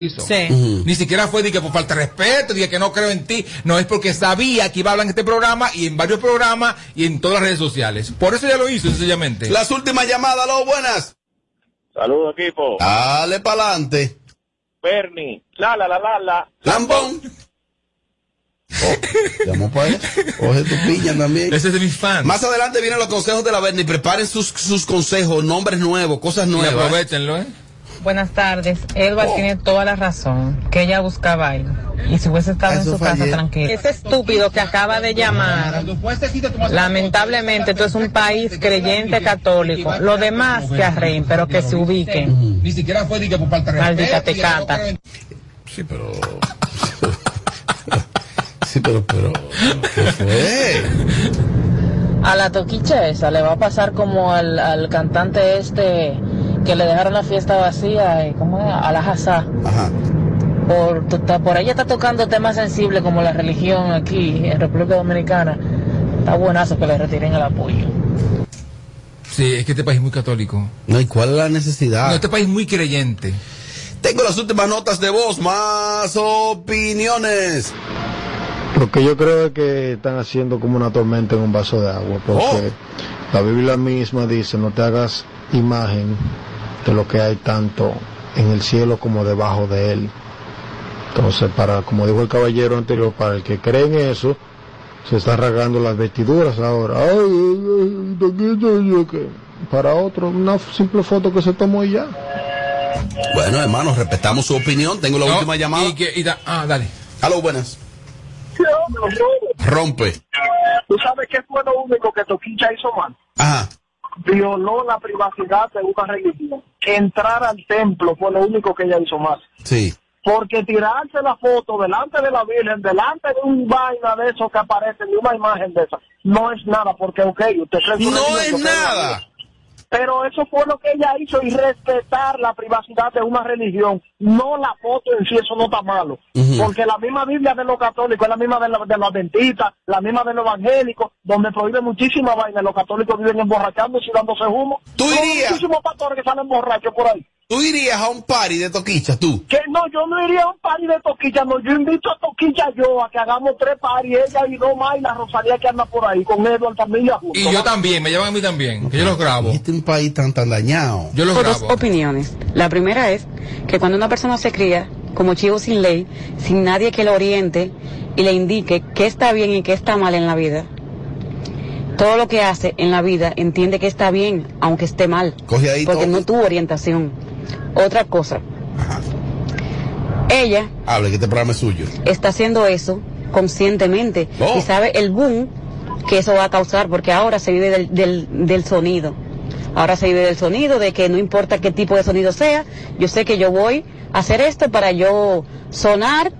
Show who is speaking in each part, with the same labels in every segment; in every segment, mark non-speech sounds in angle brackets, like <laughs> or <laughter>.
Speaker 1: hizo.
Speaker 2: Sí.
Speaker 3: Ujú.
Speaker 1: Ni siquiera fue de que por falta de respeto, de que no creo en ti. No es porque sabía que iba a hablar en este programa y en varios programas y en todas las redes sociales. Por eso ya lo hizo, sencillamente.
Speaker 3: Las últimas llamadas, lo buenas.
Speaker 4: Saludos, equipo.
Speaker 3: Dale pa'lante.
Speaker 4: Bernie. La, la, la, la, la.
Speaker 3: Lambón. Oh, Llamó para allá. Coge tu piña también.
Speaker 1: Ese es de mis fans.
Speaker 3: Más adelante vienen los consejos de la Bernie. Preparen sus, sus consejos, nombres nuevos, cosas
Speaker 1: y
Speaker 3: nuevas.
Speaker 1: aprovechenlo, ¿eh?
Speaker 5: Buenas tardes. Elba
Speaker 1: Oh.
Speaker 5: tiene toda la razón, que ella buscaba a él. Y si hubiese estado
Speaker 3: Eso
Speaker 5: en su
Speaker 3: fue
Speaker 5: casa
Speaker 3: ayer.
Speaker 5: tranquila. Ese estúpido que acaba de llamar, lamentablemente, tú es un país creyente católico. Lo demás que arreen, pero que se ubiquen.
Speaker 1: Ni siquiera fue de que por falta de
Speaker 5: Maldita
Speaker 1: respeto, de que no
Speaker 5: tecata.
Speaker 1: creo en
Speaker 3: Sí, pero. sí, pero, pero. ¿Qué fue?
Speaker 5: A la toquicha esa le va a pasar como al, al cantante este que le dejaron la fiesta vacía, eh, ¿cómo es? A la Hazá.
Speaker 3: Ajá.
Speaker 5: por, to- ta- por ahí está tocando temas sensibles como la religión aquí en República Dominicana. Está buenazo que le retiren el apoyo.
Speaker 1: Sí, es que este país es muy católico.
Speaker 3: No, ¿y cuál es la necesidad?
Speaker 1: No, este país es muy creyente.
Speaker 3: Ah. Tengo las últimas notas de voz, más opiniones.
Speaker 6: Lo que yo creo es que están haciendo como una tormenta en un vaso de agua, porque la Biblia misma dice, no te hagas imagen de lo que hay tanto en el cielo como debajo de él. Entonces, para, como dijo el caballero anterior, para el que cree en eso, se está rasgando las vestiduras ahora. Ay, ay, ay, Toquito, yo que- Para otro, una simple foto que se tomó y ya.
Speaker 3: Bueno, hermanos, respetamos su opinión. Tengo la
Speaker 1: No,
Speaker 3: última llamada.
Speaker 1: y que- y da- ah, dale.
Speaker 3: Aló, buenas. Rompe.
Speaker 4: ¿Tú sabes qué fue lo único que Toquicha hizo mal?
Speaker 3: Ajá.
Speaker 4: Violó la privacidad de una religión. Entrar al templo fue lo único que ella hizo mal.
Speaker 3: Sí.
Speaker 4: Porque tirarse la foto delante de la Virgen, delante de un vaina de esos que aparece, de una imagen de esa, no es nada, porque, ok, usted es
Speaker 3: No
Speaker 4: religioso,
Speaker 3: es
Speaker 4: pero-
Speaker 3: nada.
Speaker 4: Pero eso fue lo que ella hizo y respetar la privacidad de una religión, no la foto en sí, eso no está malo. Porque la misma Biblia de los católicos es la misma de, la- de los adventistas, la misma de los evangélicos, donde prohíbe muchísima vaina. Los católicos viven emborrachándose y dándose humo.
Speaker 3: Tú
Speaker 4: Son
Speaker 3: irías.
Speaker 4: muchísimos pastores que salen borrachos por ahí.
Speaker 3: ¿Tú irías a un party de toquicha, tú?
Speaker 4: Que no, yo no iría a un party de Toquilla, no, yo invito a Toquilla yo a que hagamos tres paris, ella y dos más y la Rosalía que anda por ahí con Edward también y a Justo.
Speaker 1: Y yo también, me llaman a mí también, que yo los grabo.
Speaker 3: Este es un país tan, tan dañado.
Speaker 1: Yo los
Speaker 7: Tengo dos
Speaker 1: grabo.
Speaker 7: opiniones. La primera es que cuando una persona se cría como chivo sin ley, sin nadie que lo oriente y le indique qué está bien y qué está mal en la vida, todo lo que hace en la vida entiende que está bien, aunque esté mal,
Speaker 3: Coge ahí
Speaker 7: porque
Speaker 3: todo.
Speaker 7: no tuvo orientación. Otra cosa,
Speaker 3: Ajá.
Speaker 7: ella
Speaker 3: Hable, que este programa es suyo.
Speaker 7: está haciendo eso conscientemente
Speaker 3: Oh.
Speaker 7: y sabe el boom que eso va a causar porque ahora se vive del, del- del sonido. Ahora se vive del sonido, de que no importa qué tipo de sonido sea, yo sé que yo voy a hacer esto para yo sonar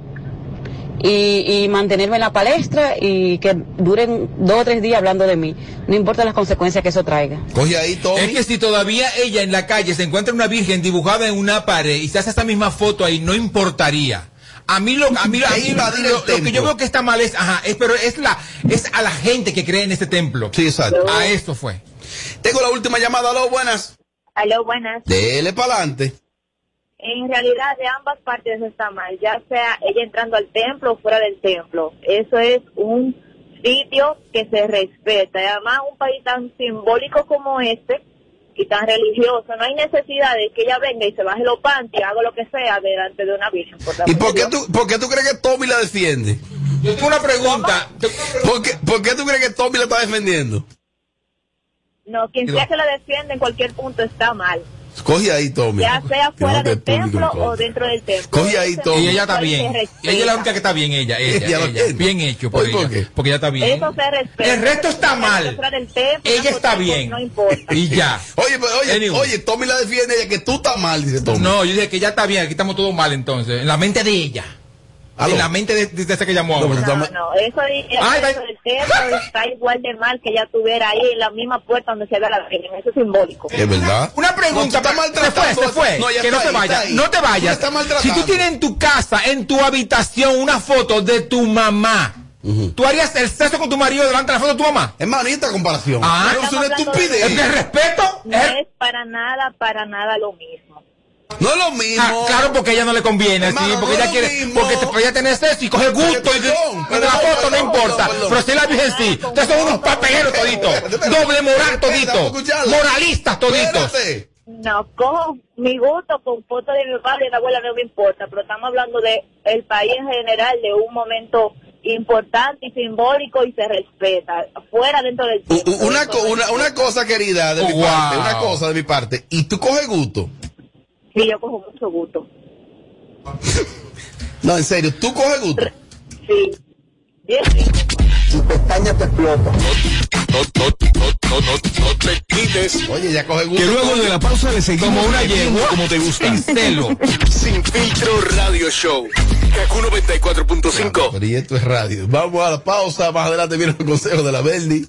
Speaker 7: y, y mantenerme en la palestra y que duren dos o tres días hablando de mí. No importa las consecuencias que eso traiga.
Speaker 3: Coge ahí todo.
Speaker 1: Es que si todavía ella en la calle se encuentra una virgen dibujada en una pared y se hace esa misma foto ahí, no importaría. A mí lo, a mí, lo- a mí
Speaker 3: Es invadir el
Speaker 1: lo, lo que
Speaker 3: templo.
Speaker 1: yo veo que está mal es, ajá, es, pero es la, es a la gente que cree en este templo.
Speaker 3: Sí, exacto.
Speaker 1: A esto fue.
Speaker 3: Tengo la última llamada, aló, buenas.
Speaker 8: Aló, buenas.
Speaker 3: Dele pa'lante.
Speaker 8: En realidad de ambas partes está mal, ya sea ella entrando al templo o fuera del templo. Eso es un sitio que se respeta. Y además un país tan simbólico como este y tan religioso, no hay necesidad de que ella venga y se baje los panties, haga lo que sea delante de una virgen. por el
Speaker 3: ¿Y
Speaker 8: amor
Speaker 3: por
Speaker 8: de
Speaker 3: qué
Speaker 8: Dios.
Speaker 3: tú, por qué tú crees que Tommy la defiende?
Speaker 1: Yo tengo una pregunta. Tengo una pregunta.
Speaker 3: ¿Por qué, por qué tú crees que Tommy la está defendiendo?
Speaker 8: No, quien sea que la defienda en cualquier punto está mal,
Speaker 3: Coge ahí, Tommy.
Speaker 8: ya sea fuera
Speaker 3: Oh, Creo que
Speaker 8: del
Speaker 3: Tommy lo
Speaker 8: templo o
Speaker 3: encuentra.
Speaker 8: dentro del templo.
Speaker 3: Coge ahí
Speaker 8: Ese
Speaker 3: todo.
Speaker 1: Y ella está
Speaker 8: se
Speaker 1: bien.
Speaker 8: respeta.
Speaker 1: Ella es la única que está bien, ella, ella,
Speaker 3: Ella lo
Speaker 1: ella.
Speaker 3: tiene.
Speaker 1: Bien hecho por
Speaker 3: Oye, ¿por
Speaker 1: ella.
Speaker 3: qué?
Speaker 1: Porque ella está bien.
Speaker 8: Eso se respeta.
Speaker 1: El resto está mal.
Speaker 8: Fuera del templo,
Speaker 1: Ella está
Speaker 8: tampoco,
Speaker 1: bien.
Speaker 8: No importa.
Speaker 1: Y ya.
Speaker 3: <laughs> Oye, pero, oye,
Speaker 1: Anyway.
Speaker 3: oye, Tommy la defiende ella que tú estás mal, dice Tommy.
Speaker 1: No, yo dije que ya está bien, aquí estamos todos mal entonces. En la mente de ella.
Speaker 3: Aló.
Speaker 1: En la mente de, de esa que llamó
Speaker 3: No,
Speaker 1: ahora.
Speaker 3: pero-
Speaker 8: No, no, eso, es- eso
Speaker 1: Ay,
Speaker 8: es
Speaker 1: va-
Speaker 8: del templo está igual de mal que ella estuviera ahí en la misma puerta donde se ve la Virgen. Eso es simbólico.
Speaker 3: Es verdad.
Speaker 1: Eh, Una pregunta,
Speaker 3: No, tú estás
Speaker 1: pa-
Speaker 3: maltratando
Speaker 1: se fue, se
Speaker 3: a-
Speaker 1: fue.
Speaker 3: No, ya
Speaker 1: que
Speaker 3: está
Speaker 1: no
Speaker 3: ahí,
Speaker 1: te
Speaker 3: está
Speaker 1: vayas,
Speaker 3: ahí.
Speaker 1: no te
Speaker 3: Tú la
Speaker 1: vayas.
Speaker 3: estás maltratando.
Speaker 1: si tú tienes en tu casa, en tu habitación, una foto de tu mamá, ¿tú harías el sexo con tu marido delante de la foto de tu mamá?
Speaker 3: Hermano, y esta comparación.
Speaker 1: Ah,
Speaker 3: es
Speaker 8: estamos
Speaker 3: una
Speaker 8: hablando
Speaker 3: estupidez.
Speaker 1: Eh. ¿Es de respeto?
Speaker 8: No
Speaker 1: Es-
Speaker 8: es para nada, para nada lo mismo.
Speaker 3: No es lo mismo.
Speaker 1: Ah, claro, porque a ella no le conviene así,
Speaker 3: Hermano,
Speaker 1: porque
Speaker 3: no
Speaker 1: ella
Speaker 3: es lo
Speaker 1: quiere,
Speaker 3: mismo.
Speaker 1: porque te- porque ella tiene sexo y coge gusto. y-
Speaker 3: perdón,
Speaker 1: y la
Speaker 3: perdón,
Speaker 1: foto no
Speaker 3: perdón,
Speaker 1: importa,
Speaker 3: perdón, Ah, perdón.
Speaker 1: pero si la virgen sí. Ustedes son unos papeleros toditos,
Speaker 3: Espérate, espérate.
Speaker 1: doble moral
Speaker 3: Espérate,
Speaker 1: todito,
Speaker 3: vamos a escucharla.
Speaker 1: moralistas toditos.
Speaker 3: Espérate.
Speaker 8: No, cojo mi gusto con fotos de mi padre y de mi abuela, no me importa, pero estamos hablando de el país en general, de un momento importante y simbólico y se respeta, fuera dentro del
Speaker 3: U- u- Una, co-
Speaker 8: Eso no
Speaker 3: una, una
Speaker 8: importa.
Speaker 3: cosa, querida, de mi
Speaker 1: Oh, Wow.
Speaker 3: parte, una cosa de mi parte. Y tú coges gusto.
Speaker 8: Sí, yo cojo mucho gusto.
Speaker 3: No, en serio, tú coges gusto.
Speaker 8: Sí. Bien.
Speaker 3: Oye, ya coge gusto.
Speaker 2: Que luego de la pausa le seguimos
Speaker 1: Como una
Speaker 2: metiendo
Speaker 1: yegua.
Speaker 2: como te
Speaker 3: <laughs>
Speaker 2: gusta.
Speaker 1: Sin celo.
Speaker 9: Sin filtro radio show. Kaku 94.5.
Speaker 3: Pero y esto es radio. Vamos a la pausa. Más adelante viene el consejo de la Verdi.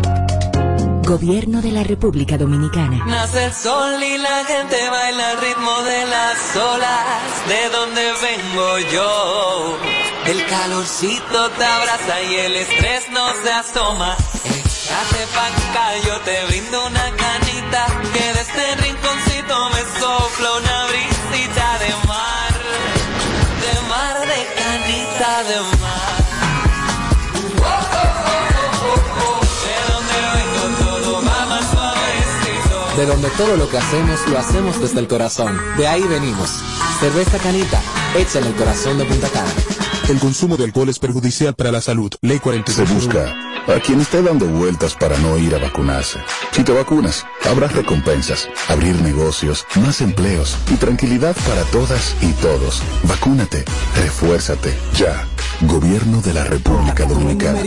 Speaker 10: Gobierno de la República Dominicana.
Speaker 11: Nace el sol y la gente baila al ritmo de las olas, de donde vengo yo. El calorcito te abraza y el estrés no se asoma. Hace panca, yo te brindo una canita, que de este rinconcito me sopla una brisita de mar, de mar, de canita, de mar.
Speaker 9: De donde todo lo que hacemos lo hacemos desde el corazón. De ahí venimos. Cerveza Canita, hecha en el corazón de Punta Cana.
Speaker 2: El consumo de alcohol es perjudicial para la salud. Ley 46.
Speaker 9: Se busca a quien esté dando vueltas para no ir a vacunarse. Si te vacunas, habrá recompensas, abrir negocios, más empleos y tranquilidad para todas y todos. Vacúnate, refuérzate, ya. Gobierno de la República Dominicana.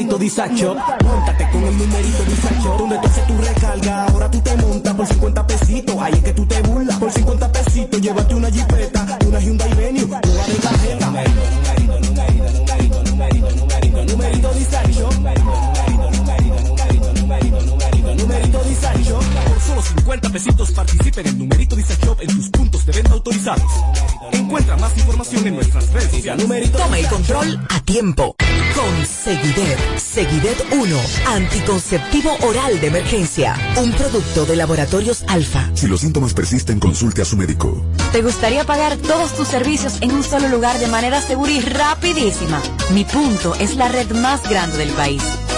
Speaker 11: Toma el control a tiempo. Con Seguidet. Seguidet 1. Anticonceptivo oral de emergencia. Un producto de laboratorios alfa.
Speaker 2: Si los síntomas persisten, consulte a su médico.
Speaker 10: ¿Te gustaría pagar todos tus servicios en un solo lugar de manera segura y rapidísima? Mi punto es la red más grande del país.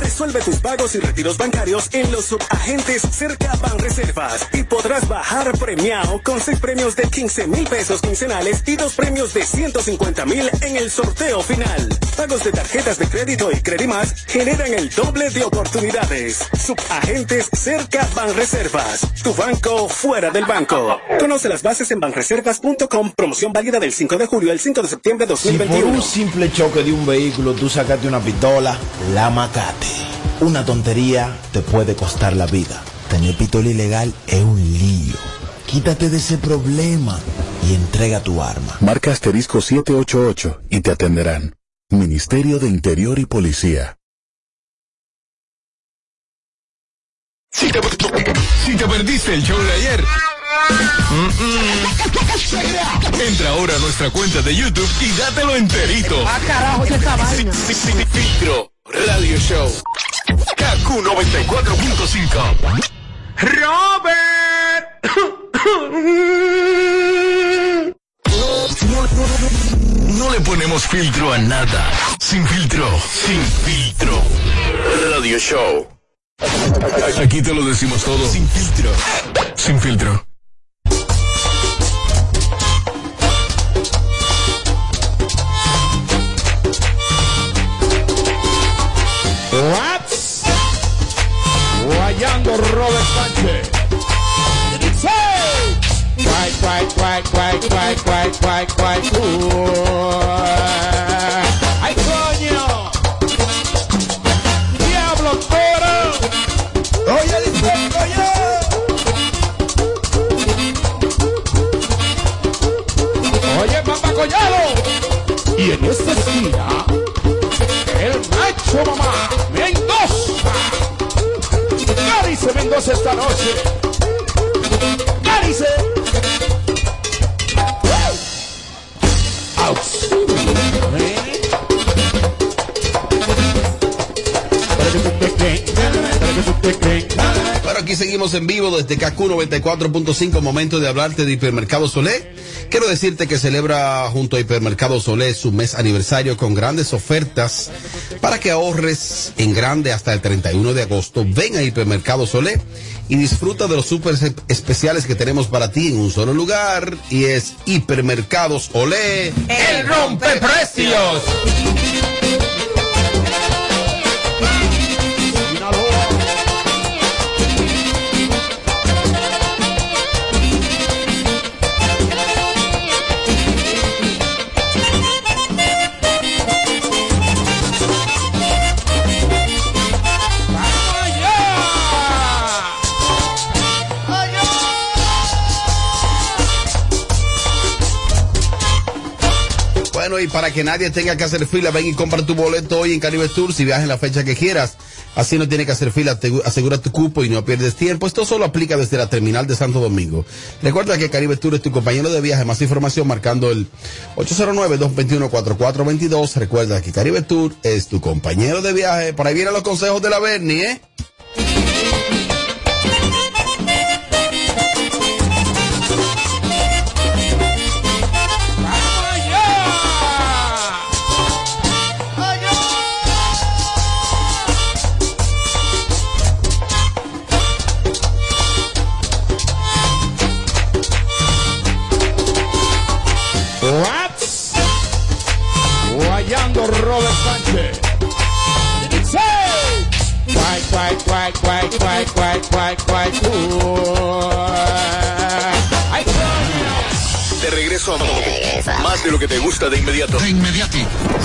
Speaker 9: Resuelve tus pagos y retiros bancarios en los subagentes cerca Banreservas y podrás bajar premiado con seis premios de 15 mil pesos quincenales y dos premios de 150 mil en el sorteo final. Pagos de tarjetas de crédito y Credimas generan el doble de oportunidades. Subagentes cerca Banreservas, tu banco fuera del banco. Conoce las bases en banreservas.com, promoción válida del 5 de julio al 5 de septiembre de
Speaker 11: Si por
Speaker 9: 2021.
Speaker 11: un simple choque de un vehículo tú sacaste una pistola, la mataste. Una tontería te puede costar la vida. Tener pistola ilegal es un lío. Quítate de ese problema y entrega tu arma.
Speaker 9: Marca asterisco 788 y te atenderán. Ministerio de Interior y Policía.
Speaker 2: Si te, si te perdiste el show de ayer. <laughs> Mm-mm. Entra ahora a nuestra cuenta de YouTube y dátelo enterito.
Speaker 5: Ah, carajo, ¿qué
Speaker 11: tá
Speaker 5: esta vaina?
Speaker 2: Sin- sin- sin filtro. Radio Show. KQ 94.5. No le ponemos filtro a nada. Sin filtro. Sin filtro. Radio Show. Aquí te lo decimos todo. Sin filtro. Sin filtro.
Speaker 1: Raps. Guayando Robert Sánchez. Guay, guay, guay, guay, guay, guay,
Speaker 12: guay, guay, guay. ¡Ay, coño! ¡Diablo, pero!
Speaker 3: ¡Oye, disculpa,
Speaker 12: oye! ¡Oye, papá Collado! Y en esta esquina, el macho mamá Mendoza. Carice Mendoza esta noche. Carice.
Speaker 3: Pero aquí seguimos en vivo desde KQ 94.5, momento de hablarte de Hipermercado Solé. Quiero decirte que celebra junto a Hipermercado Solé su mes aniversario con grandes ofertas para que ahorres en grande hasta el 31 de agosto. Ven a Hipermercado Solé y disfruta de los super especiales que tenemos para ti en un solo lugar y es Hipermercados Olé.
Speaker 1: El rompe precios.
Speaker 3: y para que nadie tenga que hacer fila, ven y compra tu boleto hoy en Caribe Tour si viajas en la fecha que quieras. Así no tiene que hacer fila, te asegura tu cupo y no pierdes tiempo. Esto solo aplica desde la terminal de Santo Domingo. Recuerda que Caribe Tour es tu compañero de viaje. Más información marcando el 809-221-4422. Recuerda que Caribe Tour es tu compañero de viaje. Por ahí vienen los consejos de la Bernie, ¿eh?
Speaker 12: Guayando Robert Sánchez. Sí. Guay, guay, guay, guay, guay, guay, guay, guay, guay. Ay, coño.
Speaker 2: De regreso a Más de lo que te gusta de inmediato.
Speaker 13: De inmediati.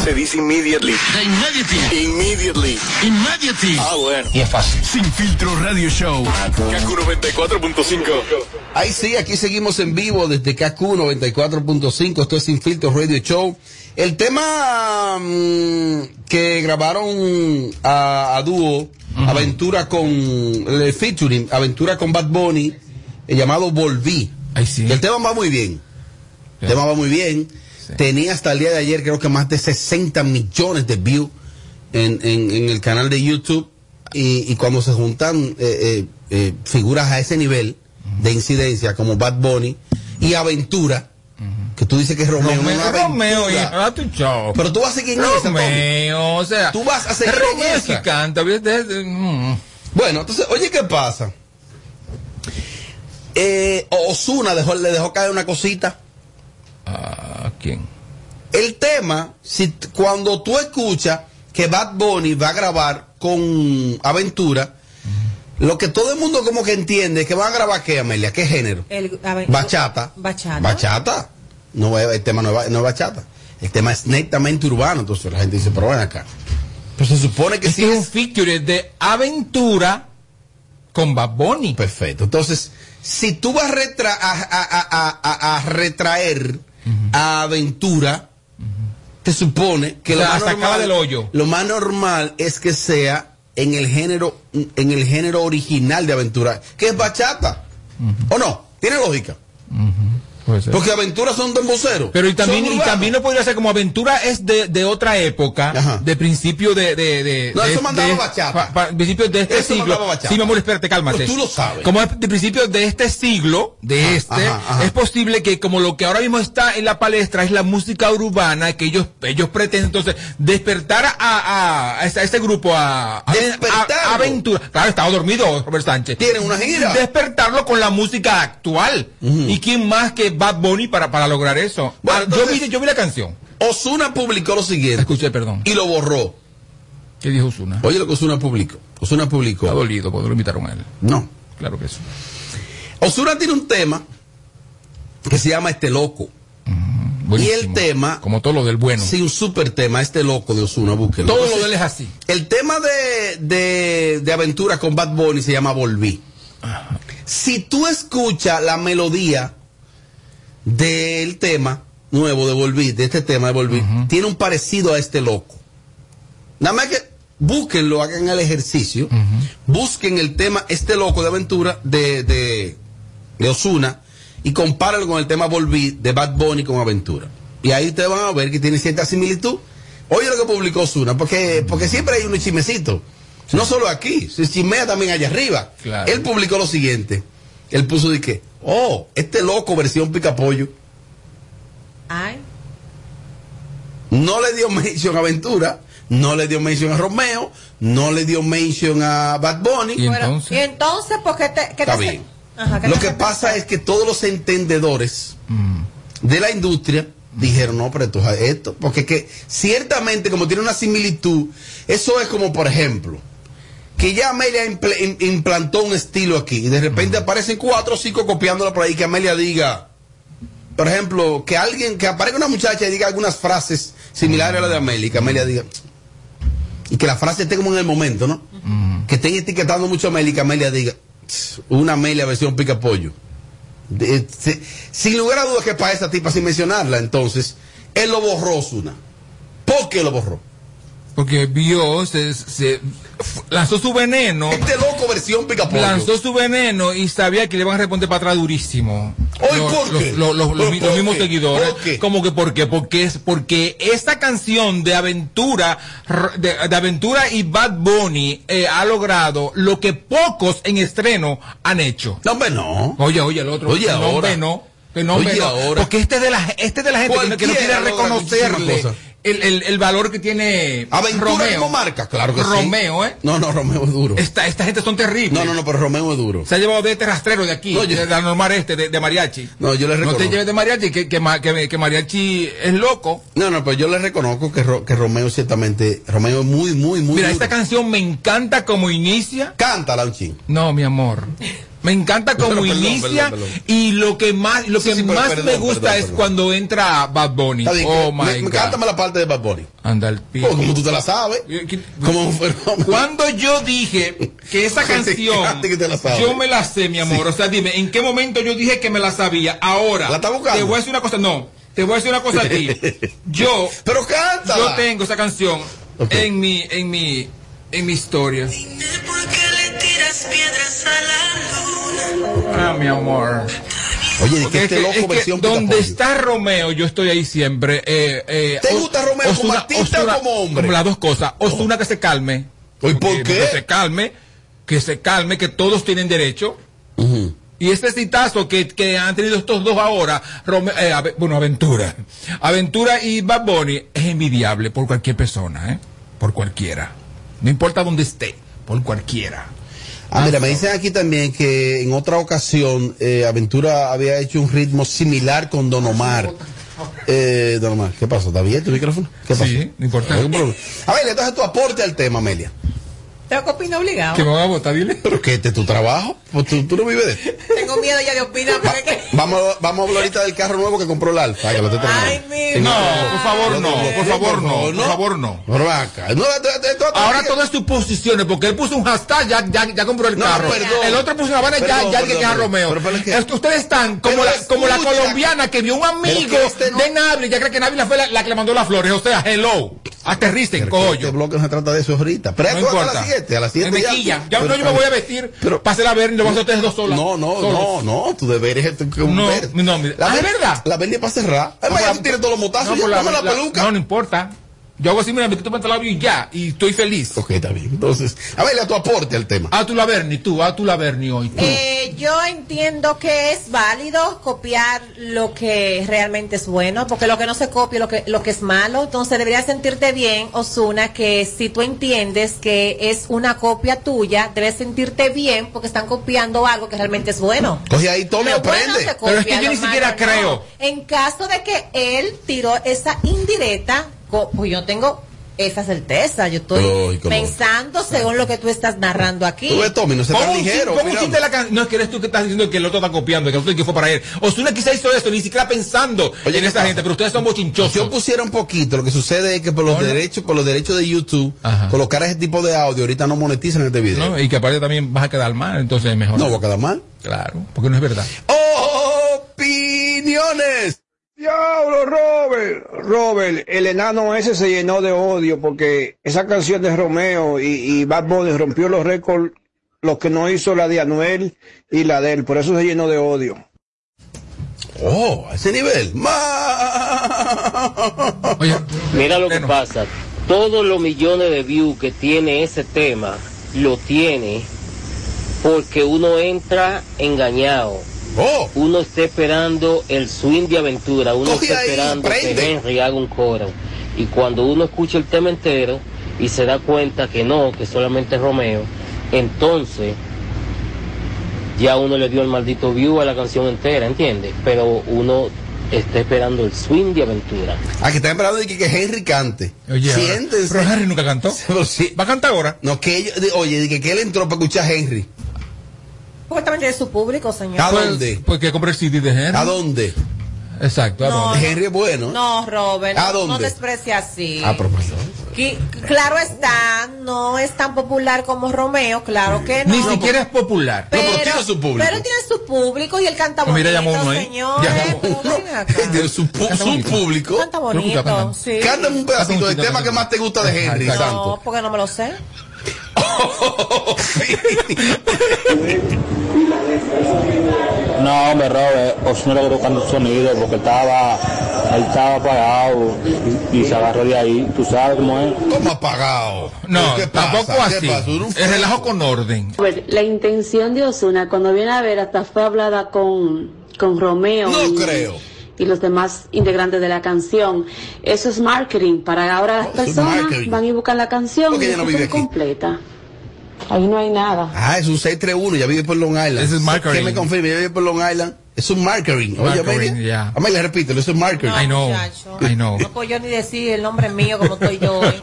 Speaker 2: Se dice immediately.
Speaker 13: De inmediati.
Speaker 2: Immediately.
Speaker 13: Inmediati.
Speaker 2: Ah, bueno.
Speaker 13: Y es fácil.
Speaker 2: Sin filtro radio show. KQ 94.5.
Speaker 3: Ahí sí, aquí seguimos en vivo desde KQ 94.5. Esto es Sin Filtro Radio Show. El tema mm, que grabaron a, a dúo,
Speaker 2: Ujú.
Speaker 3: Aventura con el featuring, Aventura con Bad Bunny, eh, llamado Volví. El tema va muy bien. El tema va muy bien. Tenía hasta el día de ayer creo que más de 60 millones de views en, en- en el canal de YouTube. Y, y cuando se juntan eh, eh, eh, figuras a ese nivel de incidencia como Bad Bunny y Aventura, que tú dices que es Romeo. no es
Speaker 1: Romeo,
Speaker 3: Aventura.
Speaker 1: Romeo, y ahora tu show.
Speaker 3: Pero tú vas a seguir en esa, Tommy.
Speaker 1: Oh. Romeo, o sea.
Speaker 3: Tú vas a seguir en
Speaker 1: Romeo es
Speaker 3: esa.
Speaker 1: que canta. ¿viste? Mm.
Speaker 3: Bueno, entonces, oye, ¿qué pasa? Eh, Osuna dejó, le dejó caer una cosita.
Speaker 1: ¿A Ah, quién?
Speaker 3: El tema, si t- cuando tú escuchas que Bad Bunny va a grabar con Aventura, lo que todo el mundo como que entiende es que van a grabar qué, Amelia, qué género.
Speaker 14: El-
Speaker 13: Eh,
Speaker 14: a ver,
Speaker 3: Bachata.
Speaker 14: Bachata.
Speaker 3: Bachata. No, es- el tema no es, ba- no es bachata. El tema es netamente urbano. Entonces la gente dice, pero ven acá. Pero se supone que
Speaker 1: sí. Es un feature de aventura con Bad Bunny.
Speaker 3: Perfecto. Entonces, si tú vas a, retra- a- a- a- a- a retraer a Aventura, te supone que
Speaker 1: O
Speaker 3: lo,
Speaker 1: sea,
Speaker 3: más
Speaker 1: sacarla
Speaker 3: normal,
Speaker 1: del hoyo.
Speaker 3: lo más normal es que sea en el género en el género original de Aventura, que es bachata. ¿O no? Tiene lógica. Porque Aventura son demboceros.
Speaker 1: Pero y también,
Speaker 3: Son
Speaker 1: y
Speaker 3: urbanos.
Speaker 1: también no podría ser como aventura es de, de otra época, de principio de, de, de-
Speaker 3: Ah. No,
Speaker 1: de-
Speaker 3: eso mandaba
Speaker 1: de-
Speaker 3: bachata.
Speaker 1: pa- pa- principio de este
Speaker 3: Eso
Speaker 1: siglo.
Speaker 3: mandaba bachata.
Speaker 1: Sí, mi amor, espérate, cálmate.
Speaker 3: Pero tú lo sabes.
Speaker 1: Como es de principio de este siglo, de
Speaker 3: Ajá,
Speaker 1: este,
Speaker 3: ajá, ajá.
Speaker 1: es posible que como lo que ahora mismo está en la palestra es la música urbana que ellos, ellos pretenden, entonces, despertar a, a, a ese, a ese grupo a, a- a- a aventura. Claro, estaba dormido Robert Sánchez.
Speaker 3: Tienen una gira.
Speaker 1: Despertarlo con la música actual. ¿Y quién más que Bad Bunny para, para lograr eso?
Speaker 3: Bueno,
Speaker 1: Ah,
Speaker 3: entonces-
Speaker 1: yo, vi, yo vi la canción.
Speaker 3: Osuna publicó lo siguiente.
Speaker 1: Escuché, perdón.
Speaker 3: Y lo borró.
Speaker 1: ¿Qué dijo Osuna?
Speaker 3: Oye lo que Osuna publicó. Osuna publicó.
Speaker 1: Está dolido cuando lo invitaron a él.
Speaker 3: No.
Speaker 1: Claro que sí.
Speaker 3: Osuna tiene un tema que se llama Este Loco. y el tema.
Speaker 1: Como todo lo del bueno.
Speaker 3: Sí, un super tema, este loco de Osuna, búsquelo.
Speaker 1: Todo Entonces, lo de él es así.
Speaker 3: El tema de, de, de aventura con Bad Bunny se llama Volví. Ajá. Si tú escuchas la melodía del tema nuevo de Volví, de este tema de Volví, uh -huh. tiene un parecido a este loco. Nada más que búsquenlo, hagan el ejercicio, uh -huh. busquen el tema Este Loco de Aventura de, de, de Osuna y compárenlo con el tema Volví de Bad Bunny con Aventura. Y ahí ustedes van a ver que tiene cierta similitud. Oye lo que publicó Osuna, porque, porque siempre hay un chismecito. Sí. No solo aquí, se chismea también allá arriba.
Speaker 2: Eh,
Speaker 3: Claro. Él publicó lo siguiente. Él puso de que, oh, este loco versión picapollo.
Speaker 13: Ay.
Speaker 3: No le dio mención a Aventura no le dio mención a Romeo, no le dio mención a Bad Bunny.
Speaker 13: ¿Y entonces? ¿Y entonces por qué te, qué
Speaker 3: Está
Speaker 13: te
Speaker 3: bien. Ajá, ¿qué Lo te que pasa es que todos los entendedores mm. de la industria dijeron, no, pero esto es esto, porque que ciertamente como tiene una similitud, eso es como por ejemplo, que ya Amelia impl implantó un estilo aquí y de repente mm. aparecen cuatro o cinco copiándola por ahí, que Amelia diga, por ejemplo, que alguien, que aparezca una muchacha y diga algunas frases similares mm. a la de Amelia, y que Amelia diga, y que la frase esté como en el momento, ¿no? Uh -huh. Que estén etiquetando mucho a Amelia y que Amelia diga, una Amelia versión pica pollo. De, de, sin lugar a dudas que para esa tipa, sin mencionarla, entonces, él lo borró, Osuna. ¿Por qué lo borró?
Speaker 1: Porque vio, se, se lanzó su veneno.
Speaker 3: Este loco versión picapollo.
Speaker 1: Lanzó su veneno y sabía que le iban a responder para atrás durísimo.
Speaker 3: ¿Hoy los, por qué?
Speaker 1: Los, los, los por mismos qué? seguidores. Como que por qué? Porque es porque esta canción de aventura, de, de aventura y Bad Bunny eh, ha logrado lo que pocos en estreno han hecho.
Speaker 3: No, hombre, no.
Speaker 1: Oye, oye, el otro.
Speaker 3: Oye, ahora.
Speaker 1: No, hombre, no. No, hombre,
Speaker 3: oye,
Speaker 1: no.
Speaker 3: Ahora.
Speaker 1: Porque este de la, este de la gente que no quiere reconocerle. El, el, el, valor que tiene
Speaker 3: Aventura
Speaker 1: Romeo.
Speaker 3: como marca, claro que
Speaker 1: Romeo,
Speaker 3: sí. ¿eh? No, no, Romeo es duro.
Speaker 1: Esta, esta gente son terribles.
Speaker 3: No, no, no, pero Romeo es duro.
Speaker 1: Se ha llevado de este rastrero de aquí, no, yo... de la normal este, de, de, mariachi.
Speaker 3: No, yo le reconozco.
Speaker 1: No te lleves de mariachi, que, que, que, que mariachi es loco.
Speaker 3: No, no, pero yo le reconozco que, que Romeo ciertamente, Romeo es muy, muy, muy
Speaker 1: Mira,
Speaker 3: duro.
Speaker 1: esta canción me encanta como inicia.
Speaker 3: Cántala un ching.
Speaker 1: No, mi amor.
Speaker 3: <laughs>
Speaker 1: Me encanta cómo inicia perdón, perdón. y lo que más lo sí, que sí, más perdón, me gusta es cuando entra Bad Bunny. Bien, oh
Speaker 3: eh, me, my
Speaker 1: God.
Speaker 3: Cántame la parte de Bad Bunny.
Speaker 1: Anda el
Speaker 3: pico. Como tú te la sabes. Como
Speaker 1: Cuando yo dije
Speaker 3: <laughs>
Speaker 1: que esa canción
Speaker 3: que te la sabes.
Speaker 1: yo me la sé, mi amor. Sí. O sea, dime, ¿en qué momento yo dije que me la sabía? Ahora.
Speaker 3: ¿La está
Speaker 1: te voy a decir una cosa, no. Te voy a decir una cosa
Speaker 3: <laughs>
Speaker 1: a ti. Yo
Speaker 3: Pero cántala.
Speaker 1: Yo tengo esa canción okay. en mi en mi en mi historia. Ah, mi amor.
Speaker 3: Oye, ¿de qué este loco es que, versión
Speaker 1: Donde está Romeo, yo estoy ahí siempre. Eh, eh,
Speaker 3: ¿Te gusta Romeo Ozuna, como artista Ozuna, o como hombre?
Speaker 1: Como las dos cosas. Osuna oh. que se calme.
Speaker 3: ¿Y por qué?
Speaker 1: Que se calme, que se calme, que todos tienen derecho. Uh -huh. Y este citazo que, que, han tenido estos dos ahora, Romeo, eh, Ave, bueno, Aventura. Aventura y Bad Bunny es envidiable por cualquier persona, ¿eh? Por cualquiera. No importa dónde esté, por cualquiera.
Speaker 3: Ah, mira, me dicen aquí también que en otra ocasión eh, Aventura había hecho un ritmo similar con Don Omar. Eh, Don Omar, ¿qué pasó? ¿Está bien tu micrófono? ¿Qué pasó?
Speaker 1: Sí, no importa. A
Speaker 3: ver, entonces tu aporte al tema, Amelia.
Speaker 13: Tengo que opinar obligado.
Speaker 1: Que me voy a votar, dile.
Speaker 3: Pero que este es tu trabajo. Pues tú, tú no vives de
Speaker 13: Tengo miedo ya de opinar.
Speaker 3: Va, que... vamos, vamos a hablar ahorita del carro nuevo que compró el Alfa. Ay,
Speaker 1: mi no, por favor, no. Por favor, no. Por favor, no. Ahora todo es suposiciones, porque él puso un hashtag, ya, ya, ya compró el carro.
Speaker 3: No, perdón,
Speaker 1: el otro puso una habana, ya, ya que a Romeo.
Speaker 3: Pero, pero
Speaker 1: es, que... es que ustedes están como, la, como la colombiana que vio un amigo este no... de Nabil, ya cree que Nabil fue la, la, que le mandó las flores. O sea, hello. Aterricen, coño.
Speaker 3: Este bloque no se trata de eso ahorita. Pero
Speaker 1: no importa
Speaker 3: a las 7
Speaker 1: ya. Ya pero, no, yo me voy a vestir. Pero, pásela a ver y lo vas a ustedes dos solas.
Speaker 3: No, no,
Speaker 1: solas.
Speaker 3: no, no. Tu deber es tu,
Speaker 1: no, ver. No, mira. La
Speaker 3: ah,
Speaker 1: ¿es verdad?
Speaker 3: La vende para cerrar. Además, ya tú tienes todos los motazos. No,
Speaker 1: la,
Speaker 3: la, la, peluca.
Speaker 1: No, no importa. Yo hago así, mira, me quito pantalón y ya, y estoy feliz.
Speaker 3: Ok, está bien. Entonces, a ver, a tu aporte al tema.
Speaker 1: A tu Laverni, tú, a tu Laverni hoy. Tú.
Speaker 13: Eh, yo entiendo que es válido copiar lo que realmente es bueno, porque lo que no se copia, lo que, lo que es malo. Entonces, deberías sentirte bien, Osuna, que si tú entiendes que es una copia tuya, debes sentirte bien porque están copiando algo que realmente es bueno.
Speaker 3: Coge ahí, tome,
Speaker 13: lo
Speaker 3: aprende.
Speaker 13: Bueno se
Speaker 1: copia, Pero es que yo ni siquiera
Speaker 13: malo,
Speaker 1: creo.
Speaker 13: No. En caso de que él tiró esa indirecta, pues yo tengo esa certeza. Yo estoy
Speaker 3: Ay, cómo-
Speaker 13: pensando según lo que tú estás narrando aquí.
Speaker 3: Eh, Tú ves, Tommy, no se
Speaker 1: ¿Cómo
Speaker 3: tan
Speaker 1: hiciste-
Speaker 3: ligero.
Speaker 1: ¿Cómo
Speaker 3: cuidado.
Speaker 1: hiciste la can- No es que eres tú que estás diciendo que el otro está copiando, que el otro que fue para él. Osuna quizá hizo eso, ni siquiera pensando en esta gente, pero ustedes son bochinchosos.
Speaker 3: Yo pusiera un poquito, lo que sucede es que por los derechos, por los derechos de YouTube, colocar ese tipo de audio ahorita no monetizan este video.
Speaker 1: ¿no? Y que aparte también vas a quedar mal, entonces es mejor.
Speaker 3: No, voy a quedar mal.
Speaker 1: Claro, porque no es verdad.
Speaker 3: Opiniones.
Speaker 14: Diablo, Robert. Robert, el enano ese se llenó de odio porque esa canción de Romeo y, y Bad Bunny rompió los récords, los que no hizo la de Anuel y la de él. pues. Por eso se llenó de odio.
Speaker 3: Oh, a ese nivel.
Speaker 1: Ah.
Speaker 15: Mira lo que pasa. Todos los millones de views que tiene ese tema, lo tiene porque uno entra engañado. Uno está esperando el swing de aventura, uno
Speaker 3: Oh. Coge
Speaker 15: está
Speaker 3: ahí,
Speaker 15: esperando
Speaker 3: prende.
Speaker 15: que Henry haga un coro. Y cuando uno escucha el tema entero y se da cuenta que no, que solamente es Romeo, entonces ya uno le dio el maldito view a la canción entera, ¿entiendes? Pero uno está esperando el swing de aventura.
Speaker 3: Ah, que está esperando de que, que Henry cante.
Speaker 15: Oye, ahora-
Speaker 3: Siéntense.
Speaker 15: pero
Speaker 1: Henry nunca
Speaker 3: <laughs>
Speaker 1: cantó.
Speaker 3: ¿Va
Speaker 1: a cantar ahora?
Speaker 3: No, que ellos- de- oye, de que, que él entró para escuchar a Henry.
Speaker 13: Justamente de su público, señor.
Speaker 1: Pues,
Speaker 3: ¿A dónde?
Speaker 1: Porque compré el CD de Henry.
Speaker 3: ¿A dónde?
Speaker 1: Exacto, ¿a
Speaker 13: No,
Speaker 1: dónde?
Speaker 13: no.
Speaker 3: Henry es bueno.
Speaker 13: No, Robert,
Speaker 3: ¿A
Speaker 13: no- no
Speaker 3: dónde?
Speaker 13: desprecie así.
Speaker 3: Ah, pero pues,
Speaker 13: Qui- Claro está, no es tan popular como Romeo, claro que no.
Speaker 1: Ni siquiera es popular.
Speaker 13: Pero,
Speaker 3: tiene su público.
Speaker 13: Pero tiene su público y él canta
Speaker 1: No, Pues mira, ¿eh?
Speaker 13: bonito,
Speaker 1: llamó uno ahí.
Speaker 13: señores.
Speaker 1: Llamó
Speaker 13: pero
Speaker 1: uno.
Speaker 13: ven acá.
Speaker 3: <laughs> De su, pu- su público.
Speaker 13: Canta bonito,
Speaker 3: Cántame
Speaker 13: sí.
Speaker 3: un pedacito del tema que más te gusta de Henry,
Speaker 13: No,
Speaker 3: Santo.
Speaker 13: porque no me lo sé.
Speaker 16: No, me robe, o no le colocando el sonido porque estaba, él estaba apagado y, y se agarró de ahí, tú sabes cómo es.
Speaker 3: ¿Cómo apagado?
Speaker 1: No,
Speaker 16: ¿Qué pasa?
Speaker 1: tampoco
Speaker 16: ¿Qué
Speaker 1: así.
Speaker 16: pasa? Un
Speaker 1: Es relajo con orden.
Speaker 17: Robert, la intención de Osuna cuando viene a ver hasta fue hablada con, con Romeo
Speaker 3: No
Speaker 17: y,
Speaker 3: creo.
Speaker 17: y los demás integrantes de la canción. Eso es marketing. Para ahora las personas
Speaker 3: marketing.
Speaker 17: van y buscan la canción
Speaker 3: Porque
Speaker 17: y
Speaker 3: ella no
Speaker 17: la
Speaker 3: vive
Speaker 17: escuchan completa. Ahí no hay nada.
Speaker 3: Ah, es un 631, ya vive por Long Island.
Speaker 1: Ese es marketing.
Speaker 3: Que me confirme, ya vive por Long Island. Es un marketing. Oye,
Speaker 1: Marketing,
Speaker 3: Amelia.
Speaker 1: ya.
Speaker 3: Amelia, repítelo, eso es marketing.
Speaker 1: I know, I know.
Speaker 13: No puedo yo ni decir el nombre mío como estoy yo. hoy.
Speaker 17: <laughs>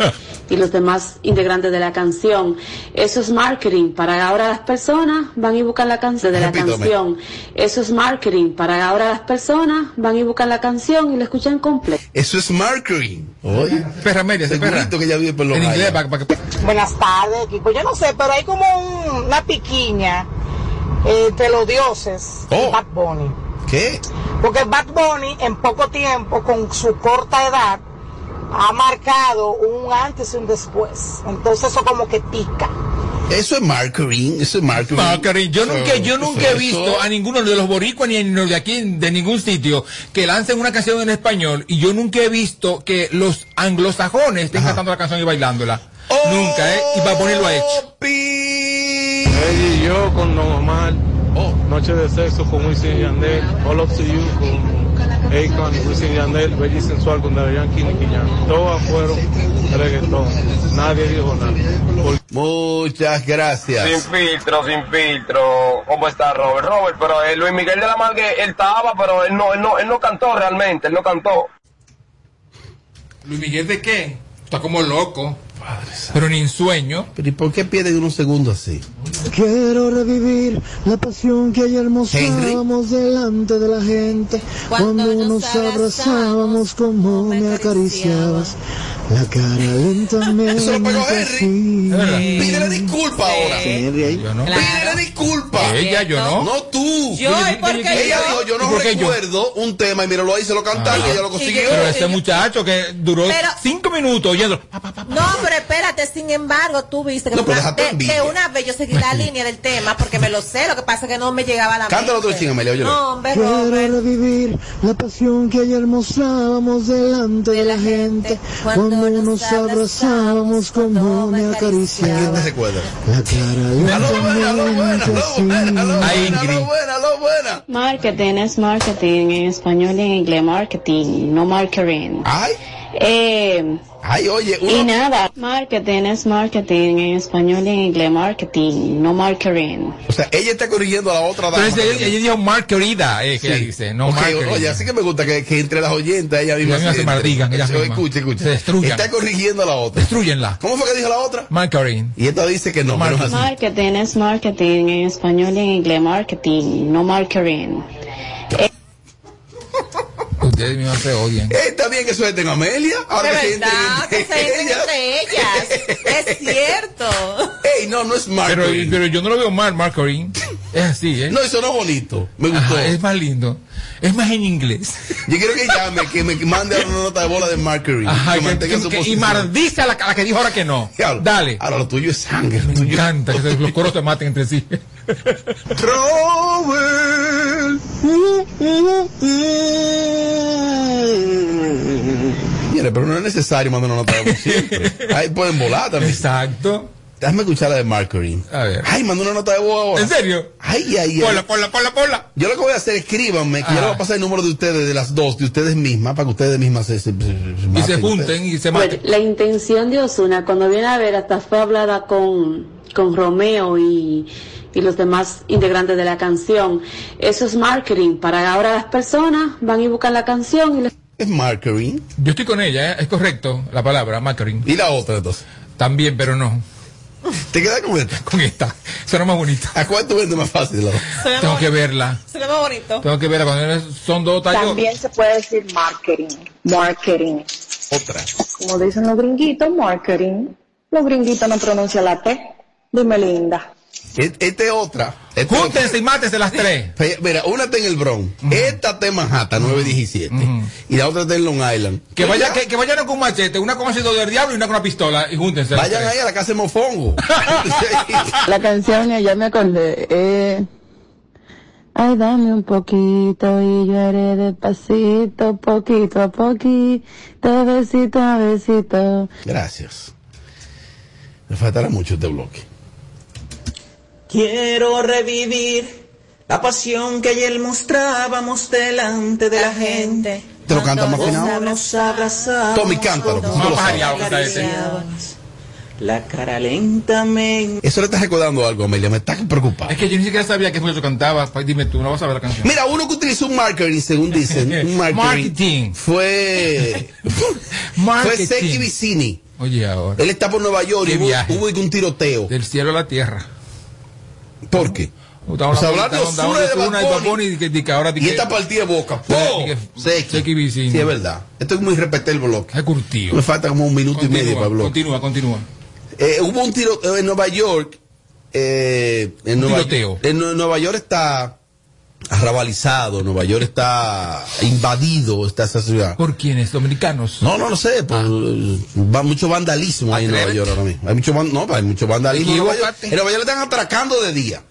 Speaker 17: y los demás integrantes de la canción. Eso es marketing. Para ahora las personas van y buscan la canción de la
Speaker 3: Repítame.
Speaker 17: canción. Eso es marketing. Para ahora las personas van y buscan la canción y la escuchan completa.
Speaker 3: Eso es marketing. Oye.
Speaker 1: Perra Amelia,
Speaker 3: segurito que ya vive por Long
Speaker 1: En
Speaker 3: Island.
Speaker 1: inglés, para que
Speaker 18: Buenas tardes, equipo. Yo no sé, pero hay como un- una piquiña eh, entre los dioses y Bad Bunny.
Speaker 3: Oh. ¿Qué?
Speaker 18: Porque Bad Bunny, en poco tiempo, con su corta edad, ha marcado un antes y un después. Entonces, eso como que pica.
Speaker 3: Eso es marketing, eso es marketing.
Speaker 1: Marketing. Yo nunca, yo
Speaker 3: Eso,
Speaker 1: nunca he
Speaker 3: eso.
Speaker 1: visto a ninguno de los boricuas ni a ninguno de aquí, de ningún sitio, que lancen una canción en español y yo nunca he visto que los anglosajones estén cantando la canción y bailándola. Nunca, ¿eh? Y para ponerlo ha hecho.
Speaker 19: Ella y yo con normal. Noche de sexo con Wisin y Yandel. All of you con Akon, Wisin y Yandel. Bella y sensual con Daddy Yankee y Nicky Jam. Todas fueron reggaetón. Nadie dijo nada.
Speaker 3: Muchas
Speaker 20: Sin
Speaker 3: gracias.
Speaker 20: filtro, sin filtro. ¿Cómo está Robert? Robert, pero eh, Luis Miguel de la Margue, él estaba, pero él no, él no, él no cantó realmente, él no cantó.
Speaker 1: Luis Miguel de qué? Está como loco. Pero ni en sueño.
Speaker 3: Pero ¿y por qué pierden unos segundos así?
Speaker 21: Quiero revivir la pasión que ayer mostrábamos delante de la gente cuando, nos abrazábamos como me acariciabas la cara lentamente
Speaker 3: Eso lo pegó
Speaker 21: así.
Speaker 3: Pídele disculpa ahora.
Speaker 21: Yo no.
Speaker 3: Pídele disculpa.
Speaker 21: Ella, yo no.
Speaker 3: No tú.
Speaker 21: Yo, ¿y por qué
Speaker 3: Ella
Speaker 21: yo?
Speaker 3: dijo, yo
Speaker 1: ¿Y
Speaker 3: no
Speaker 1: por qué yo?
Speaker 3: recuerdo un tema y míralo ahí, se lo cantaron y ella lo consiguió.
Speaker 1: Ah. Pero ese muchacho que duró
Speaker 13: Pero-
Speaker 1: cinco minutos oyendo.
Speaker 13: No, pero espérate, sin embargo, tú viste que,
Speaker 1: No, pero
Speaker 13: una,
Speaker 1: déjate
Speaker 13: de-
Speaker 1: envidia.
Speaker 13: de una vez yo seguí la línea del tema porque me lo sé, lo que pasa es que no me llegaba a la
Speaker 21: Cántalo
Speaker 13: mente.
Speaker 21: otro ching, Amelia, óyelo.
Speaker 13: No, hombre,
Speaker 21: Quiero
Speaker 13: Robert.
Speaker 21: revivir la pasión que ayer mostrábamos delante de la gente cuando nos abrazábamos como me acariciabas
Speaker 3: ¿Te recuerdas?
Speaker 21: la cara lentamente así.
Speaker 3: lo buena.
Speaker 22: Marketing es marketing en español y en inglés, marketing, no marketing.
Speaker 17: Eh,
Speaker 3: Ay, oye,
Speaker 17: y nada, marketing es marketing en español y en inglés, marketing, no marketing.
Speaker 3: O sea, ella está corrigiendo a la otra dama.
Speaker 1: Entonces ella, ella dijo marquerida, eh, que ella dice, no
Speaker 3: Ok,
Speaker 1: marquerida.
Speaker 3: Oye, así que me gusta que, que entre las oyentas ella misma.
Speaker 1: Ellas mismas se
Speaker 3: entre-
Speaker 1: maldigan, ellas
Speaker 3: Oye,
Speaker 1: mismas.
Speaker 3: Escuche, escuche.
Speaker 1: Se destruyan.
Speaker 3: Está corrigiendo a la otra. Destruyenla. ¿Cómo fue que dijo la otra?
Speaker 1: Marketing.
Speaker 3: Y esta dice que no. pero es así.
Speaker 17: Marketing es marketing en español y en inglés, marketing, no marketing. Eh,
Speaker 1: Ustedes mismas se odian.
Speaker 3: Eh, Está bien que suelten a Amelia. Ahora que
Speaker 13: De
Speaker 3: se
Speaker 13: verdad, que se dicen
Speaker 3: <laughs>
Speaker 13: entre ellas. Es cierto.
Speaker 3: Ey, no, no es
Speaker 1: Pero, pero yo no lo veo
Speaker 3: <laughs>
Speaker 1: mal, marketing. Es así, ¿eh?
Speaker 3: No, eso no es bonito. Me gustó.
Speaker 1: es más lindo. Es más en inglés.
Speaker 3: Yo quiero que llame, que me mande una nota de bola de Mercury.
Speaker 1: Ajá,
Speaker 3: que
Speaker 1: que-
Speaker 3: mantenga
Speaker 1: que-
Speaker 3: su
Speaker 1: que- y
Speaker 3: posición.
Speaker 1: mardice a la, a la que dijo ahora que no. Dale.
Speaker 3: <laughs> Ahora lo tuyo es sangre.
Speaker 1: Me encanta que se- los coros te maten entre sí. <laughs>
Speaker 12: Robert.
Speaker 3: Uh, uh. Mira, pero no es necesario mandar una nota de voz siempre. Ahí pueden volar también.
Speaker 1: Exacto.
Speaker 3: Déjame escuchar la de Mercury.
Speaker 1: A ver.
Speaker 3: Ay, mandó una nota de voz ahora.
Speaker 1: ¿En serio?
Speaker 3: Ay, ay, ay.
Speaker 1: Ponla, ponla, ponla, ponla. Ah,
Speaker 3: Yo lo que voy a hacer, escríbanme, que yo le voy a pasar el número de ustedes, de las dos, de ustedes mismas, para que ustedes mismas se, se- se-
Speaker 1: Y
Speaker 3: maten.
Speaker 1: se junten y se
Speaker 17: bueno,
Speaker 1: maten.
Speaker 17: Pues, la intención de Osuna, cuando viene a ver, hasta fue hablada con, con Romeo y, y los demás integrantes de la canción. Eso es marketing. Para ahora las personas van y buscan la canción y les
Speaker 3: Es marketing.
Speaker 1: Yo estoy con ella, ¿eh? es correcto la palabra, marketing.
Speaker 3: ¿Y la otra entonces?
Speaker 1: También, pero no.
Speaker 3: ¿Te quedas con esta?
Speaker 1: Con esta. Suena más bonita.
Speaker 3: ¿A cuál tú vendes más fácil?
Speaker 13: Suena
Speaker 1: Tengo que
Speaker 13: bonito.
Speaker 1: verla.
Speaker 13: Suena más bonito.
Speaker 1: <laughs> Tengo que verla. Cuando son dos tallos.
Speaker 6: También se puede decir marketing, marketing.
Speaker 3: Otra.
Speaker 6: Como dicen los gringuitos, marketing. Los gringuitos no pronuncian la T. Dime linda.
Speaker 3: Este este otra.
Speaker 1: Júntense y mátense
Speaker 3: <laughs>
Speaker 1: las tres.
Speaker 3: Fe- Mira, una está en el Bronx, esta está en Manhattan, 917, y la otra está en Long Island.
Speaker 1: Que,
Speaker 3: Pues
Speaker 1: vaya,
Speaker 3: ya,
Speaker 1: que, que vayan con un machete, una con machete del diablo y una con una pistola y júntense. las
Speaker 3: vayan
Speaker 1: tres.
Speaker 3: ahí
Speaker 1: <laughs>
Speaker 3: a la <laughs> casa de Mofongo.
Speaker 22: <laughs> La canción, eh, ya me acordé. eh, ay, dame un poquito y yo haré despacito, poquito a poquito, besito a besito.
Speaker 3: Gracias. Me faltará mucho este bloque.
Speaker 23: Quiero revivir la pasión que ayer mostrábamos delante de la, gente.
Speaker 3: Te lo canta más
Speaker 23: Cuando
Speaker 3: final.
Speaker 23: Nos abrazábamos.
Speaker 3: Tommy Cántaro,
Speaker 23: cuando
Speaker 3: tú lo
Speaker 23: nos
Speaker 3: sabes.
Speaker 23: acariciábamos. La cara lentamente.
Speaker 3: Eso le estás recordando algo, Amelia, me estás preocupado.
Speaker 1: Es que yo ni siquiera sabía que muchacho cantaba. Pa- Dime tú, no vas a ver la canción.
Speaker 3: Mira, uno que utilizó un marketing, según dicen,
Speaker 1: <laughs>
Speaker 3: un marketing,
Speaker 1: Marketing.
Speaker 3: fue
Speaker 1: <laughs>
Speaker 3: fue
Speaker 1: Marketing.
Speaker 3: Seki Vicini.
Speaker 1: Oye, ahora.
Speaker 3: Él está por Nueva York y
Speaker 1: Qué
Speaker 3: hubo,
Speaker 1: viaje.
Speaker 3: hubo un tiroteo.
Speaker 1: Del cielo a la tierra.
Speaker 3: ¿Por qué?
Speaker 1: Estamos
Speaker 3: O sea, hablar de
Speaker 1: estamos-
Speaker 3: Ozuna y de
Speaker 1: estamos
Speaker 3: Bad
Speaker 1: Ozuna
Speaker 3: Bunny.
Speaker 1: y que- que ahora-
Speaker 3: Y esta partida de boca. ¡Pum! Seki.
Speaker 1: Vicini.
Speaker 3: Sí, es verdad. Esto es muy respetar el bloque. Me falta como un minuto y medio para el bloque.
Speaker 1: Continúa, continúa.
Speaker 3: Eh, hubo un tiro eh, en Nueva York. eh, en
Speaker 1: Un
Speaker 3: Nueva,
Speaker 1: tiroteo.
Speaker 3: en Nue- Nueva York está arrabalizado, Nueva York está invadido, está esa ciudad.
Speaker 1: ¿Por quiénes? ¿Dominicanos?
Speaker 3: No, no lo sé. por-
Speaker 1: Ah,
Speaker 3: va mucho vandalismo ahí en Nueva York ahora mismo. Hay mucho, van- no, hay mucho vandalismo. En Nueva, York,
Speaker 1: Equivócate.
Speaker 3: en Nueva York le están atracando de día.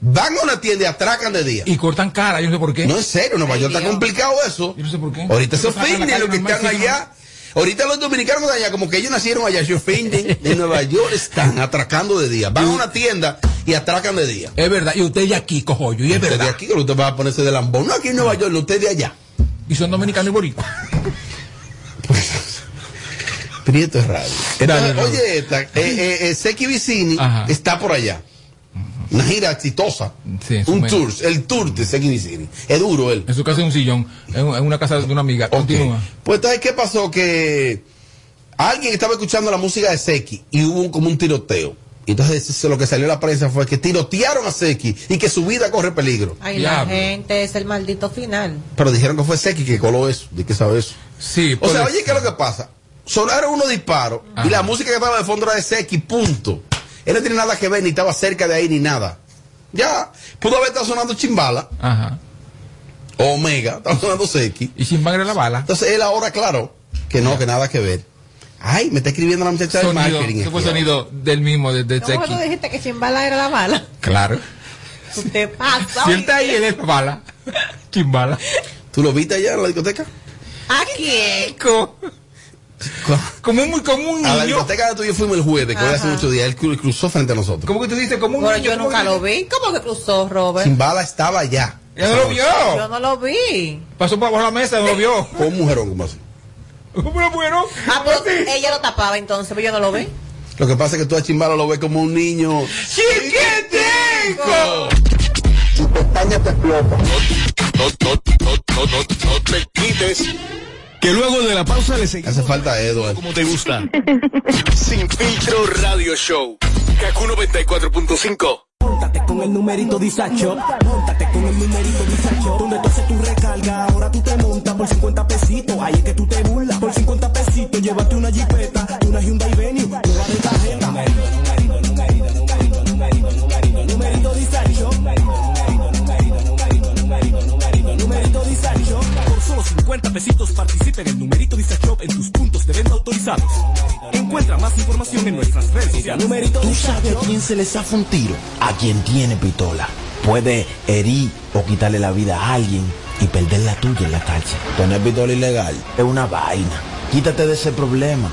Speaker 3: Van a una tienda y atracan de día.
Speaker 1: Y cortan cara, yo no sé por qué.
Speaker 3: No, en serio, Nueva York está complicado eso.
Speaker 1: Yo no sé por qué.
Speaker 3: Ahorita se
Speaker 1: Pero sacan la
Speaker 3: ofenden
Speaker 1: calle
Speaker 3: los que
Speaker 1: normal,
Speaker 3: están
Speaker 1: sí, no.
Speaker 3: allá. Ahorita los dominicanos de allá, como que ellos nacieron allá, se ofenden.
Speaker 1: <laughs>
Speaker 3: En Nueva York están atracando de día. Van a una tienda y atracan de día.
Speaker 1: Es verdad, y usted de aquí, cojo yo, y es
Speaker 3: Usted
Speaker 1: verdad.
Speaker 3: de
Speaker 1: Ah.
Speaker 3: aquí, que usted va a ponerse de lambón. No, aquí en Nueva York, no, usted de allá.
Speaker 1: Y son dominicanos y boricuas.
Speaker 3: <laughs> Prieto es radio. Entonces,
Speaker 1: Dale,
Speaker 3: oye, esta, eh, eh, eh, Seki Vicini está por allá. Una gira exitosa. un
Speaker 1: menos.
Speaker 3: tour, el tour de Seki Vicini. Es duro él.
Speaker 1: En su casa es un sillón, en, en una casa de una amiga. Continúa.
Speaker 3: Pues entonces, ¿qué pasó? Que alguien estaba escuchando la música de Seki y hubo un- como un tiroteo. Y Entonces eso lo que salió a la prensa fue que tirotearon a Seki y que su vida corre peligro.
Speaker 13: Ay, la gente es el maldito final.
Speaker 3: Pero dijeron que fue Seki que coló eso, de que sabe eso.
Speaker 1: Sí,
Speaker 3: o
Speaker 1: pues, por
Speaker 3: sea,
Speaker 1: eso.
Speaker 3: oye, ¿qué es lo que pasa? Sonaron unos disparos y la música que estaba de fondo era de Seki, punto. Él no tiene nada que ver, ni estaba cerca de ahí, ni nada. Ya, pudo haber estado sonando chimbala.
Speaker 1: Ajá.
Speaker 3: o Omega, estaba sonando Seki.
Speaker 1: Y sin era la bala.
Speaker 3: Entonces él ahora, claro, que no, que nada que ver. Ay, me está escribiendo la muchacha de
Speaker 1: Sonido,
Speaker 3: marketing.
Speaker 1: ¿Qué fue el
Speaker 3: aquí. ¿eh?
Speaker 1: sonido del mismo, de, de
Speaker 13: ¿Cómo
Speaker 1: Chequi?
Speaker 13: tú dijiste que Chimbala era la bala?
Speaker 1: Claro.
Speaker 13: Tú te pasas.
Speaker 1: Si él está ahí, él es bala. Chimbala.
Speaker 3: ¿Tú lo viste allá en la discoteca?
Speaker 13: ¿A quién?
Speaker 1: Como un, como un
Speaker 3: A la
Speaker 1: niño.
Speaker 3: discoteca de tuyo fuimos el jueves, que hoy hace
Speaker 13: Ajá.
Speaker 3: muchos días, él cru- cruzó frente a nosotros.
Speaker 1: ¿Cómo que tú dices? Como un
Speaker 13: Pero
Speaker 1: niño.
Speaker 13: yo nunca lo vi. ¿Cómo que cruzó, Robert?
Speaker 3: Chimbala estaba allá.
Speaker 1: Ya no lo vio.
Speaker 13: Yo no lo vi.
Speaker 1: Pasó por abajo de la mesa, no lo vio.
Speaker 3: Con un mujerón como así.
Speaker 1: Pero bueno,
Speaker 13: Ah, pero ella lo tapaba entonces, pero yo no lo ve.
Speaker 3: Lo que pasa es que tú a Chimbalo lo ves como un niño.
Speaker 1: ¡Chiquitico!
Speaker 9: Tu pestaña te explota. No, no, no, no, no, no te quites.
Speaker 2: Que luego de la pausa le seguimos.
Speaker 3: Hace falta Edward.
Speaker 2: Como te gusta.
Speaker 9: Sin filtro radio show. Kaku 94.5.
Speaker 11: Móntate con el numerito disacho. Móntate con el numerito disacho. Donde tú haces tu recarga, ahora tú te montas por 50 pesitos. Ahí es que tú te burlas. Por 50 pesitos, llévate una jipeta, una Hyundai Venue, una de tarjeta. Numerito, numerito, numerito, numerito, numerito, numerito disacho. Numerito Disacho. Por solo 50 pesitos participa en el numerito Disacho en tus puntos de venta autorizados. Encuentra más información en nuestras redes sociales. Numerito
Speaker 19: Tú sabes a quién se le zafa un tiro, a quien tiene pistola. Puede herir o quitarle la vida a alguien y perder la tuya en la cárcel. Tener pistola ilegal es una vaina. Quítate de ese problema.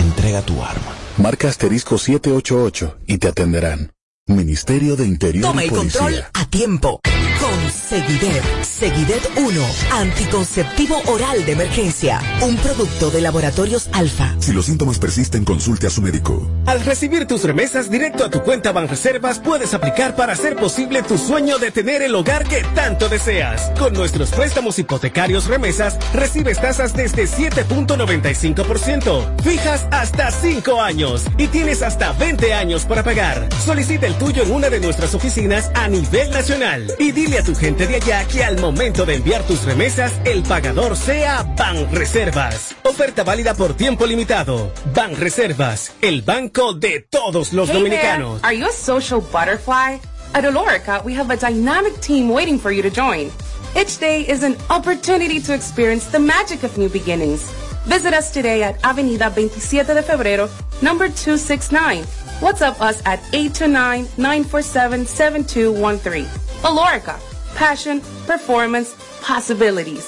Speaker 19: Entrega tu arma.
Speaker 2: Marca asterisco 788 y te atenderán. Ministerio de Interior
Speaker 10: Toma
Speaker 2: y
Speaker 10: el
Speaker 2: Policía.
Speaker 10: control a tiempo. Con Seguidet. Seguidet 1. Anticonceptivo oral de emergencia. Un producto de laboratorios alfa.
Speaker 2: Si los síntomas persisten, consulte a su médico.
Speaker 11: Al recibir tus remesas directo a tu cuenta Banreservas, puedes aplicar para hacer posible tu sueño de tener el hogar que tanto deseas. Con nuestros préstamos hipotecarios remesas, recibes tasas desde 7.95%, fijas hasta 5 años y tienes hasta 20 años para pagar. Solicita el tuyo en una de nuestras oficinas a nivel nacional y dile a tu gente de allá que al momento de enviar tus remesas, el pagador sea Banreservas. Oferta válida por tiempo limitado. Banreservas, el banco de todos los
Speaker 24: Hey
Speaker 11: dominicanos.
Speaker 24: There. Are you a social butterfly? At Olorica, we have a dynamic team waiting for you to join. Each day is an opportunity to experience the magic of new beginnings. Visit us today at Avenida 27 de Febrero, number 269. WhatsApp us at 829-947-7213. Olorica, passion, performance, possibilities.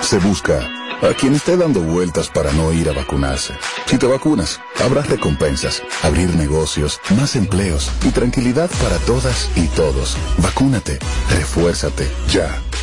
Speaker 2: Se busca a quien esté dando vueltas para no ir a vacunarse. Si te vacunas, habrá recompensas, abrir negocios, más empleos y tranquilidad para todas y todos. Vacúnate, refuérzate, ya.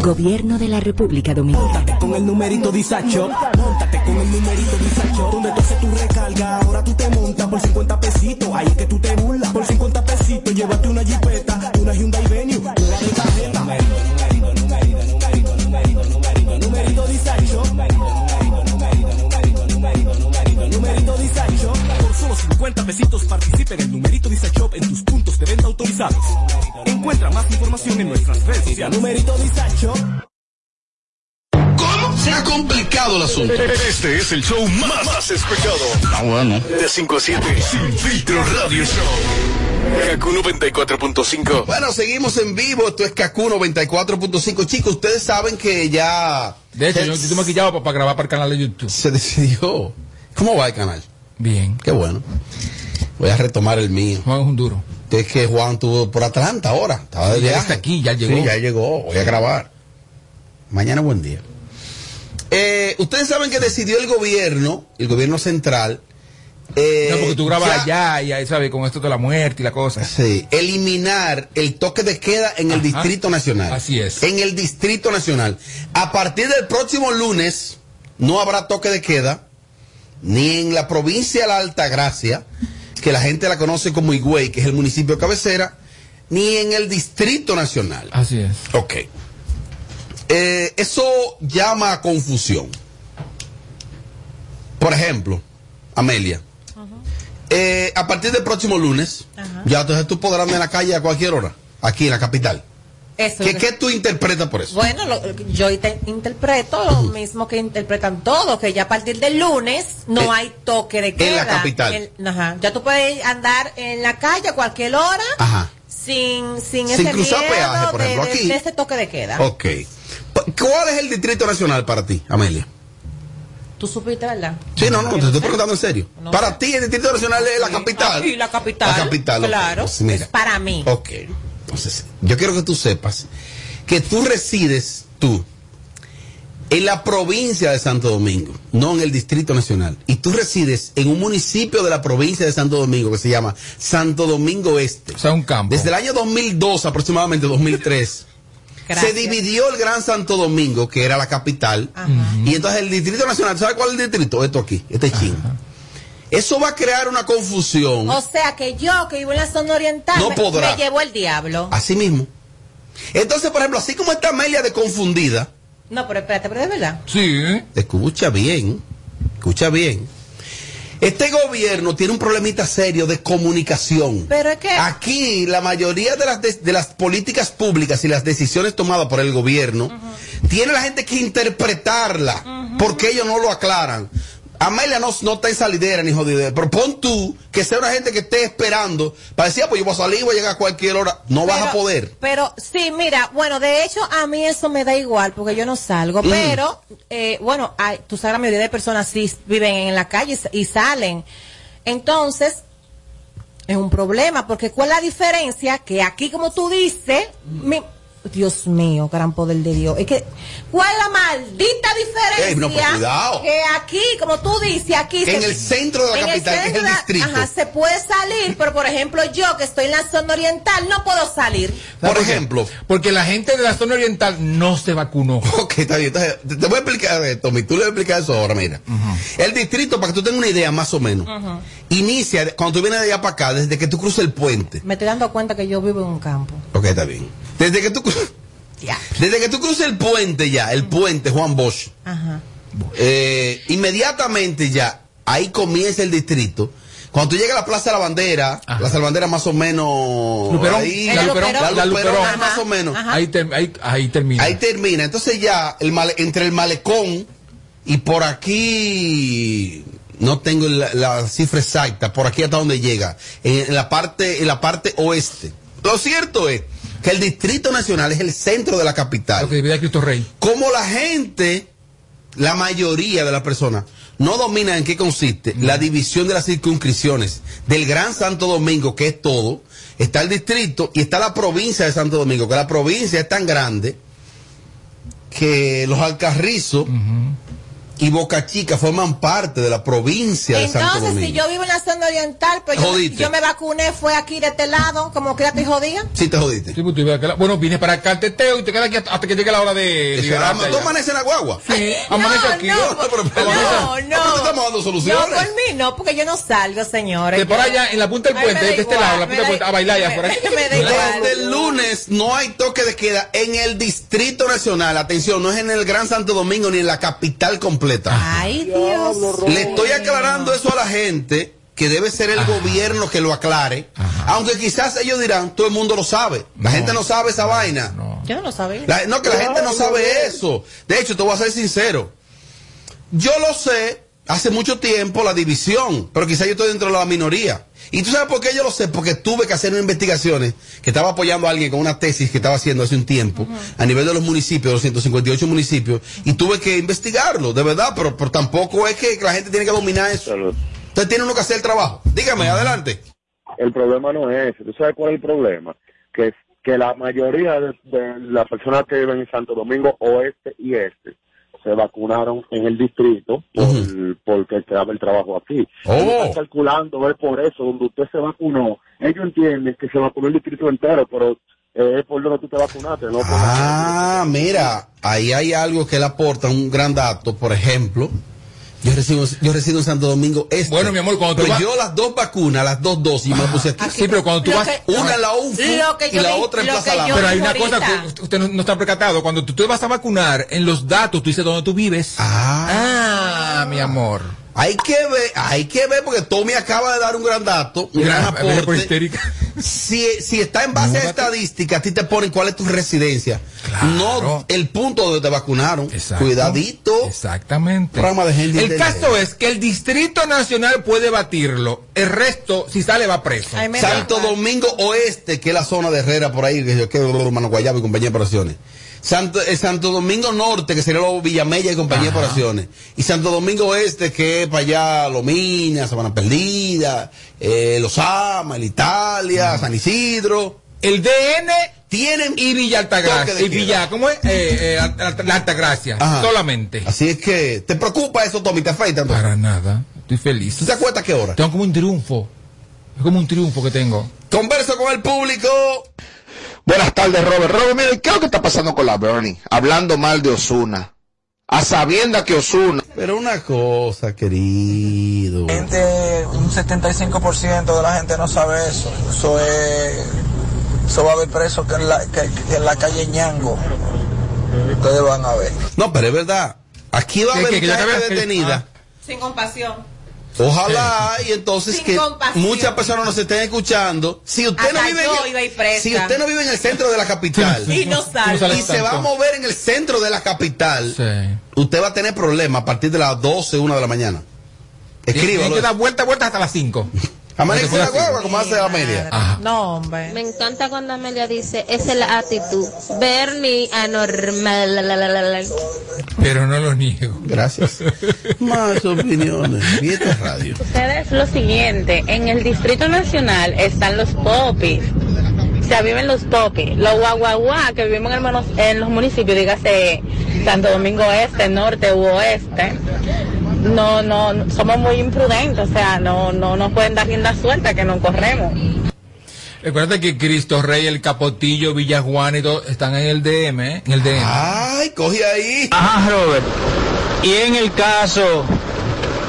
Speaker 25: Gobierno de la República Dominicana.
Speaker 11: Con el numerito disacho. Móntate con el numerito disacho. Donde tú haces tu recarga, ahora tú te montas por 50 pesitos. Ahí es que tú te burlas. Por 50 pesitos, llévate una jipeta, una Hyundai Venue, una de tarjeta. Numerito, numerito, numerito, numerito, numerito, numerito disacho. Numerito Disacho. Por solo 50 pesitos participa en el numerito Disacho en tus puntos de venta autorizados. Encuentra más información en nuestras redes sociales. Numerito Disacho.
Speaker 2: ¿Cómo? Se ha complicado el asunto. Este es el show más, más escuchado.
Speaker 9: Ah, bueno. De 5 a 7. Sin filtro radio show. Kaku 94.5.
Speaker 3: Bueno, seguimos en vivo. Esto es Kaku 94.5. Chicos, ustedes saben que ya.
Speaker 1: De hecho, yo estoy maquillado para, grabar para el canal de YouTube.
Speaker 3: Se decidió. ¿Cómo va el canal?
Speaker 1: Bien.
Speaker 3: Qué bueno. Voy a retomar el mío.
Speaker 1: Juan es un duro.
Speaker 3: Es que Juan tuvo por Atlanta ahora. Estaba de
Speaker 1: Sí, ya
Speaker 3: viaje.
Speaker 1: está aquí, ya llegó.
Speaker 3: Sí, ya llegó. Voy a grabar. Mañana buen día. Eh, ustedes saben que decidió el gobierno, el gobierno central,
Speaker 1: Eh, no, porque tú grabas ya, allá y ahí, ¿sabes? Con esto de la muerte y la cosa.
Speaker 3: Sí. Eliminar el toque de queda en el Ajá. Distrito Nacional.
Speaker 1: Así es.
Speaker 3: En el Distrito Nacional. A partir del próximo lunes no habrá toque de queda ni en la provincia de la Altagracia, que la gente la conoce como Higüey, que es el municipio cabecera, ni en el Distrito Nacional.
Speaker 1: Así es.
Speaker 3: Ok. Eh, eso llama a confusión. Por ejemplo, Amelia. Eh, a partir del próximo lunes, Ajá. ya entonces tú podrás andar en la calle a cualquier hora, aquí en la capital.
Speaker 13: Eso
Speaker 3: ¿Qué, ¿Qué, tú interpretas por eso?
Speaker 13: Bueno, lo, yo interpreto lo uh -huh. mismo que interpretan todos, que ya a partir del lunes no eh, hay toque de queda.
Speaker 3: En la capital.
Speaker 13: El, ajá, ya tú puedes andar en la calle a cualquier hora
Speaker 3: ajá.
Speaker 13: sin, sin,
Speaker 3: sin ese cruzar peaje, por ejemplo,
Speaker 13: de,
Speaker 3: aquí.
Speaker 13: De ese toque de queda.
Speaker 3: Ok. ¿Cuál es el Distrito Nacional para ti, Amelia?
Speaker 13: Tú supiste, ¿verdad?
Speaker 3: Sí, no, no, te estoy preguntando en serio. No, para no. ti el Distrito Nacional es la capital.
Speaker 13: Sí, la capital.
Speaker 3: La capital.
Speaker 13: Claro.
Speaker 3: Okay. Pues Mira.
Speaker 13: Es para mí.
Speaker 3: Ok. Entonces, yo quiero que tú sepas que tú resides, tú, en la provincia de Santo Domingo, no en el Distrito Nacional. Y tú resides en un municipio de la provincia de Santo Domingo que se llama Santo Domingo Este.
Speaker 1: O sea, un campo.
Speaker 3: Desde el año 2002, aproximadamente 2003. Gracias. se dividió el Gran Santo Domingo, que era la capital, Ajá. y entonces el Distrito Nacional, ¿sabe cuál es el distrito? Esto aquí, este chin. Eso va a crear una confusión.
Speaker 13: O sea que yo, que vivo en la zona oriental,
Speaker 3: no
Speaker 13: me,
Speaker 3: podrá.
Speaker 13: me, llevo el diablo.
Speaker 3: Así mismo. Entonces, por ejemplo, así como está Amelia de confundida.
Speaker 13: No, pero espérate, pero de verdad.
Speaker 1: Sí.
Speaker 3: Escucha bien, escucha bien. Este gobierno tiene un problemita serio de comunicación.
Speaker 13: Pero es que...
Speaker 3: Aquí la mayoría de las, de, de las políticas públicas y las decisiones tomadas por el gobierno, uh -huh. tiene la gente que interpretarla, uh -huh. porque ellos no lo aclaran. Amelia no, no está en salidera ni jodidera, pero pon tú que sea una gente que esté esperando para decir, ah, pues yo voy a salir, voy a llegar a cualquier hora. No pero, vas a poder.
Speaker 13: Pero sí, mira, bueno, de hecho a mí eso me da igual porque yo no salgo, mm. pero eh, bueno, hay, tú sabes, la mayoría de personas sí viven en la calle y, y salen. Entonces, es un problema porque ¿cuál es la diferencia? Que aquí, como tú dices, mm. mi, Dios mío, gran poder de Dios. Es que, ¿cuál es la maldita diferencia?
Speaker 3: Ey, no, pues, cuidado.
Speaker 13: Que aquí, como tú dices, aquí.
Speaker 3: Que se, en el centro de la capital, que es el
Speaker 13: de,
Speaker 3: distrito.
Speaker 13: Ajá, se puede salir, pero por ejemplo, yo que estoy en la zona oriental, no puedo salir.
Speaker 3: Por, por ejemplo.
Speaker 1: Qué? Porque la gente de la zona oriental no se vacunó.
Speaker 3: <laughs> Ok, está bien. Entonces, te, voy a explicar, Tommy, tú le vas a explicar eso ahora, mira. Uh -huh. El distrito, para que tú tengas una idea más o menos, uh -huh. inicia cuando tú vienes de allá para acá, desde que tú cruzas el puente.
Speaker 13: Me estoy dando cuenta que yo vivo en un campo.
Speaker 3: Ok, está bien. Desde que tú
Speaker 13: yeah.
Speaker 3: desde que tú cruces el puente ya, el puente Juan Bosch,
Speaker 13: Ajá.
Speaker 3: Eh, inmediatamente ya, ahí comienza el distrito. Cuando tú llegas a la Plaza de la Bandera, Ajá. Plaza de la Bandera más o menos...
Speaker 1: Luperón,
Speaker 3: ahí,
Speaker 1: la Luperón,
Speaker 3: la Luperón, la Luperón Ajá. más o menos.
Speaker 1: Ahí, ter, ahí, ahí, termina.
Speaker 3: Ahí termina. Entonces ya, el male, entre el malecón y por aquí... No tengo la, la cifra exacta, por aquí hasta donde llega, en, en la parte, en la parte oeste. Lo cierto es que el Distrito Nacional es el centro de la capital.
Speaker 1: Lo que divide a Cristo Rey.
Speaker 3: Como la gente, la mayoría de las personas, no domina en qué consiste no. la división de las circunscripciones del Gran Santo Domingo, que es todo, está el distrito y está la provincia de Santo Domingo, que la provincia es tan grande que los alcarrizos. Uh -huh y Boca Chica forman parte de la provincia
Speaker 13: Entonces,
Speaker 3: de Santo Domingo.
Speaker 13: Entonces, si yo vivo en la zona oriental, pues yo, yo, me vacuné, fue aquí de este lado, como que ya te jodía.
Speaker 3: Sí, te jodiste. Sí,
Speaker 1: pues, bueno, vienes para acá al teteo y te quedas aquí hasta, que llegue la hora de liberarte.
Speaker 3: ¿Tú amaneces en la guagua?
Speaker 1: Sí. ¿Amaneces
Speaker 13: no,
Speaker 1: aquí?
Speaker 3: <laughs>
Speaker 13: No, no, pero, no, pero, no.
Speaker 3: no. estamos dando soluciones?
Speaker 13: No, por mí no, porque yo no salgo, señores.
Speaker 1: De por allá, en la punta del puente, de este igual, lado, la punta del puente, a bailar allá afuera.
Speaker 13: <laughs>
Speaker 3: Desde el este lunes no hay toque de queda en el Distrito Nacional. Atención, no es en el Gran Santo Domingo ni en la capital completa.
Speaker 13: Ay, Dios.
Speaker 3: Le estoy aclarando eso a la gente que debe ser el Ajá. gobierno que lo aclare. Ajá. Aunque quizás ellos dirán, todo el mundo lo sabe. La no. gente no sabe esa vaina.
Speaker 13: No. Yo no lo sabía.
Speaker 3: La, no, que la no, gente no sabe eso. De hecho, te voy a ser sincero. Yo lo sé hace mucho tiempo la división, pero quizás yo estoy dentro de la minoría. Y tú sabes por qué yo lo sé, porque tuve que hacer unas investigaciones que estaba apoyando a alguien con una tesis que estaba haciendo hace un tiempo uh -huh. a nivel de los municipios, de los 158 municipios, y tuve que investigarlo, de verdad, pero, pero tampoco es que la gente tiene que dominar eso. Salud. Entonces tiene uno que hacer el trabajo. Dígame, uh -huh. adelante.
Speaker 5: El problema no es ese. ¿Tú sabes cuál es el problema? Que, que la mayoría de, de las personas que viven en Santo Domingo Oeste y Este
Speaker 22: se vacunaron en el distrito por, porque quedaba el trabajo aquí.
Speaker 3: Oh.
Speaker 22: Están calculando, es por eso, donde usted se vacunó, ellos entienden que se vacunó el distrito entero, pero eh, es por donde tú te vacunaste, ¿no? Por-
Speaker 3: Ah, mira, ahí hay algo que le aporta un gran dato, por ejemplo. Yo recibo, yo recibo en Santo Domingo este. Bueno, mi amor,
Speaker 1: cuando tú
Speaker 3: pero
Speaker 1: vas-
Speaker 3: yo las dos vacunas, las dos dosis, y me las puse aquí.
Speaker 1: Sí, pero cuando tú
Speaker 3: Lo
Speaker 1: vas.
Speaker 3: que- Una en la UFU lo que y yo la di- otra en lo Plaza que Lama. yo
Speaker 1: Pero hay
Speaker 3: digo
Speaker 1: una cosa
Speaker 3: ahorita.
Speaker 1: que usted- usted no, no está percatado. Cuando tú te vas a vacunar, en los datos tú dices dónde tú vives.
Speaker 3: Ah,
Speaker 1: mi amor.
Speaker 3: Hay que ver, hay que ver, porque Tommy acaba de dar un gran dato, un gran
Speaker 1: Mira, mira por
Speaker 3: aporte. Si, si está en base a estadísticas, a ti te ponen cuál es tu residencia. No el punto donde te vacunaron. Cuidadito.
Speaker 1: Exactamente.
Speaker 3: Rama de gente
Speaker 1: El caso es que el Distrito Nacional puede batirlo. El resto, si sale, va preso.
Speaker 3: Santo Domingo Oeste, que es la zona de Herrera por ahí, que yo quiero hermano Guayabo y compañía de operaciones. Santo, eh, Santo Domingo Norte, que sería los Villamella y compañía de operaciones. Y Santo Domingo Oeste, que es para allá Lominas, Sabana Perdida, eh, Los Ama, el Italia, San Isidro.
Speaker 1: El DN
Speaker 3: tienen
Speaker 1: y Villa
Speaker 3: toque
Speaker 1: Altagracia.
Speaker 3: de
Speaker 1: Y Villa,
Speaker 3: queda.
Speaker 1: ¿cómo es? Eh, eh, Alta- Alta- la Altagracia.
Speaker 3: Ajá.
Speaker 1: Solamente.
Speaker 3: Así es que, ¿te preocupa eso, Tommy? ¿Te afecta? Para
Speaker 1: nada. Estoy feliz.
Speaker 3: ¿Tú te acuerdas qué hora?
Speaker 1: Tengo como un triunfo. Es como un triunfo que tengo.
Speaker 3: Converso con el público.
Speaker 26: Buenas tardes, Robert. Robert, mire, ¿qué es lo que está pasando con la Bernie? Hablando mal de Osuna. A sabienda que Osuna.
Speaker 3: Pero una cosa, querido.
Speaker 27: un 75% de la gente no sabe eso. Eso es- eso va a haber preso que en la, que- que en la calle Ñango. Ustedes van a ver.
Speaker 3: No, pero es verdad. Aquí va a
Speaker 27: ¿Qué,
Speaker 3: haber
Speaker 27: qué, que ya te
Speaker 3: gente
Speaker 27: había-
Speaker 3: detenida.
Speaker 13: Sin compasión.
Speaker 3: Ojalá y entonces
Speaker 13: Sin
Speaker 3: que
Speaker 13: compasión.
Speaker 3: muchas personas nos estén escuchando. Si usted
Speaker 13: Hasta
Speaker 3: no vive
Speaker 13: yo
Speaker 3: en,
Speaker 13: iba a ir presa.
Speaker 3: si usted no vive en el centro de la capital
Speaker 13: <laughs> Y no sale. No sale
Speaker 3: y se
Speaker 13: tanto.
Speaker 3: va a mover en el centro de la capital, usted va a tener problemas a partir de las 12, 1 de la mañana.
Speaker 1: Tiene
Speaker 3: Escríbalo.
Speaker 1: que dar vuelta, vuelta hasta
Speaker 3: <laughs>
Speaker 1: las 5.
Speaker 3: Amanece la guagua como hace la media.
Speaker 1: Ah,
Speaker 13: No, hombre.
Speaker 28: Me encanta cuando Amelia dice, esa es la actitud. Bernie anormal. la, la, la, la, la".
Speaker 1: Pero no lo niego. <laughs>
Speaker 3: Gracias. Más opiniones. Vieta Radio.
Speaker 5: es lo siguiente, en el Distrito Nacional están los popis, se viven los popis, los guaguaguá que vivimos en, el mono- en los municipios, dígase Santo Domingo Este, Norte u Oeste, no, no, no, somos muy imprudentes, o sea, no, no nos pueden dar rienda suelta que no corremos.
Speaker 1: Recuerda que Cristo Rey, el Capotillo, Villa Juana y todo están en el DM, ¿eh? En el DM.
Speaker 3: Ay, coge ahí.
Speaker 16: Ajá, Robert. Y en el caso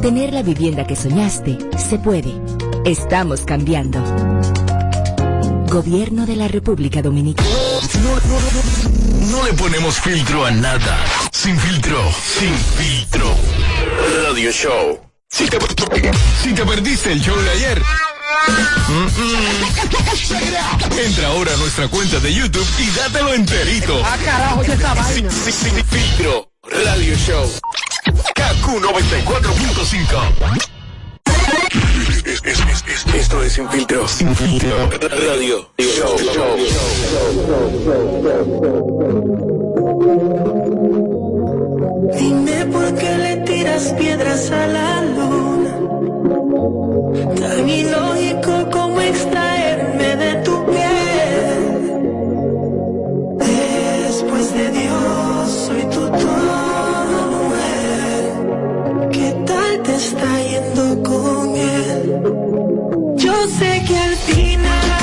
Speaker 25: Tener la vivienda que soñaste se puede. Estamos cambiando. Gobierno de la República Dominicana.
Speaker 29: No le ponemos filtro a nada. Sin filtro, sin filtro. Radio Show. Si te, si te perdiste el show de ayer.
Speaker 3: Mm,
Speaker 29: mm-mm. Entra ahora a nuestra cuenta de YouTube y dátelo enterito.
Speaker 19: Ah,
Speaker 11: carajo, ya está vaina.
Speaker 19: Sin, sin filtro radio show. Kaku 94.5. Es- es- es- Esto es sin filtro. Sin filtro. Radio show.
Speaker 30: Dime por qué le tiras
Speaker 8: las piedras a la luna. Tan ilógico como extraerme de tu piel. Después de Dios, soy tu todo, mujer. ¿Qué tal te está yendo con él? Yo sé que al final,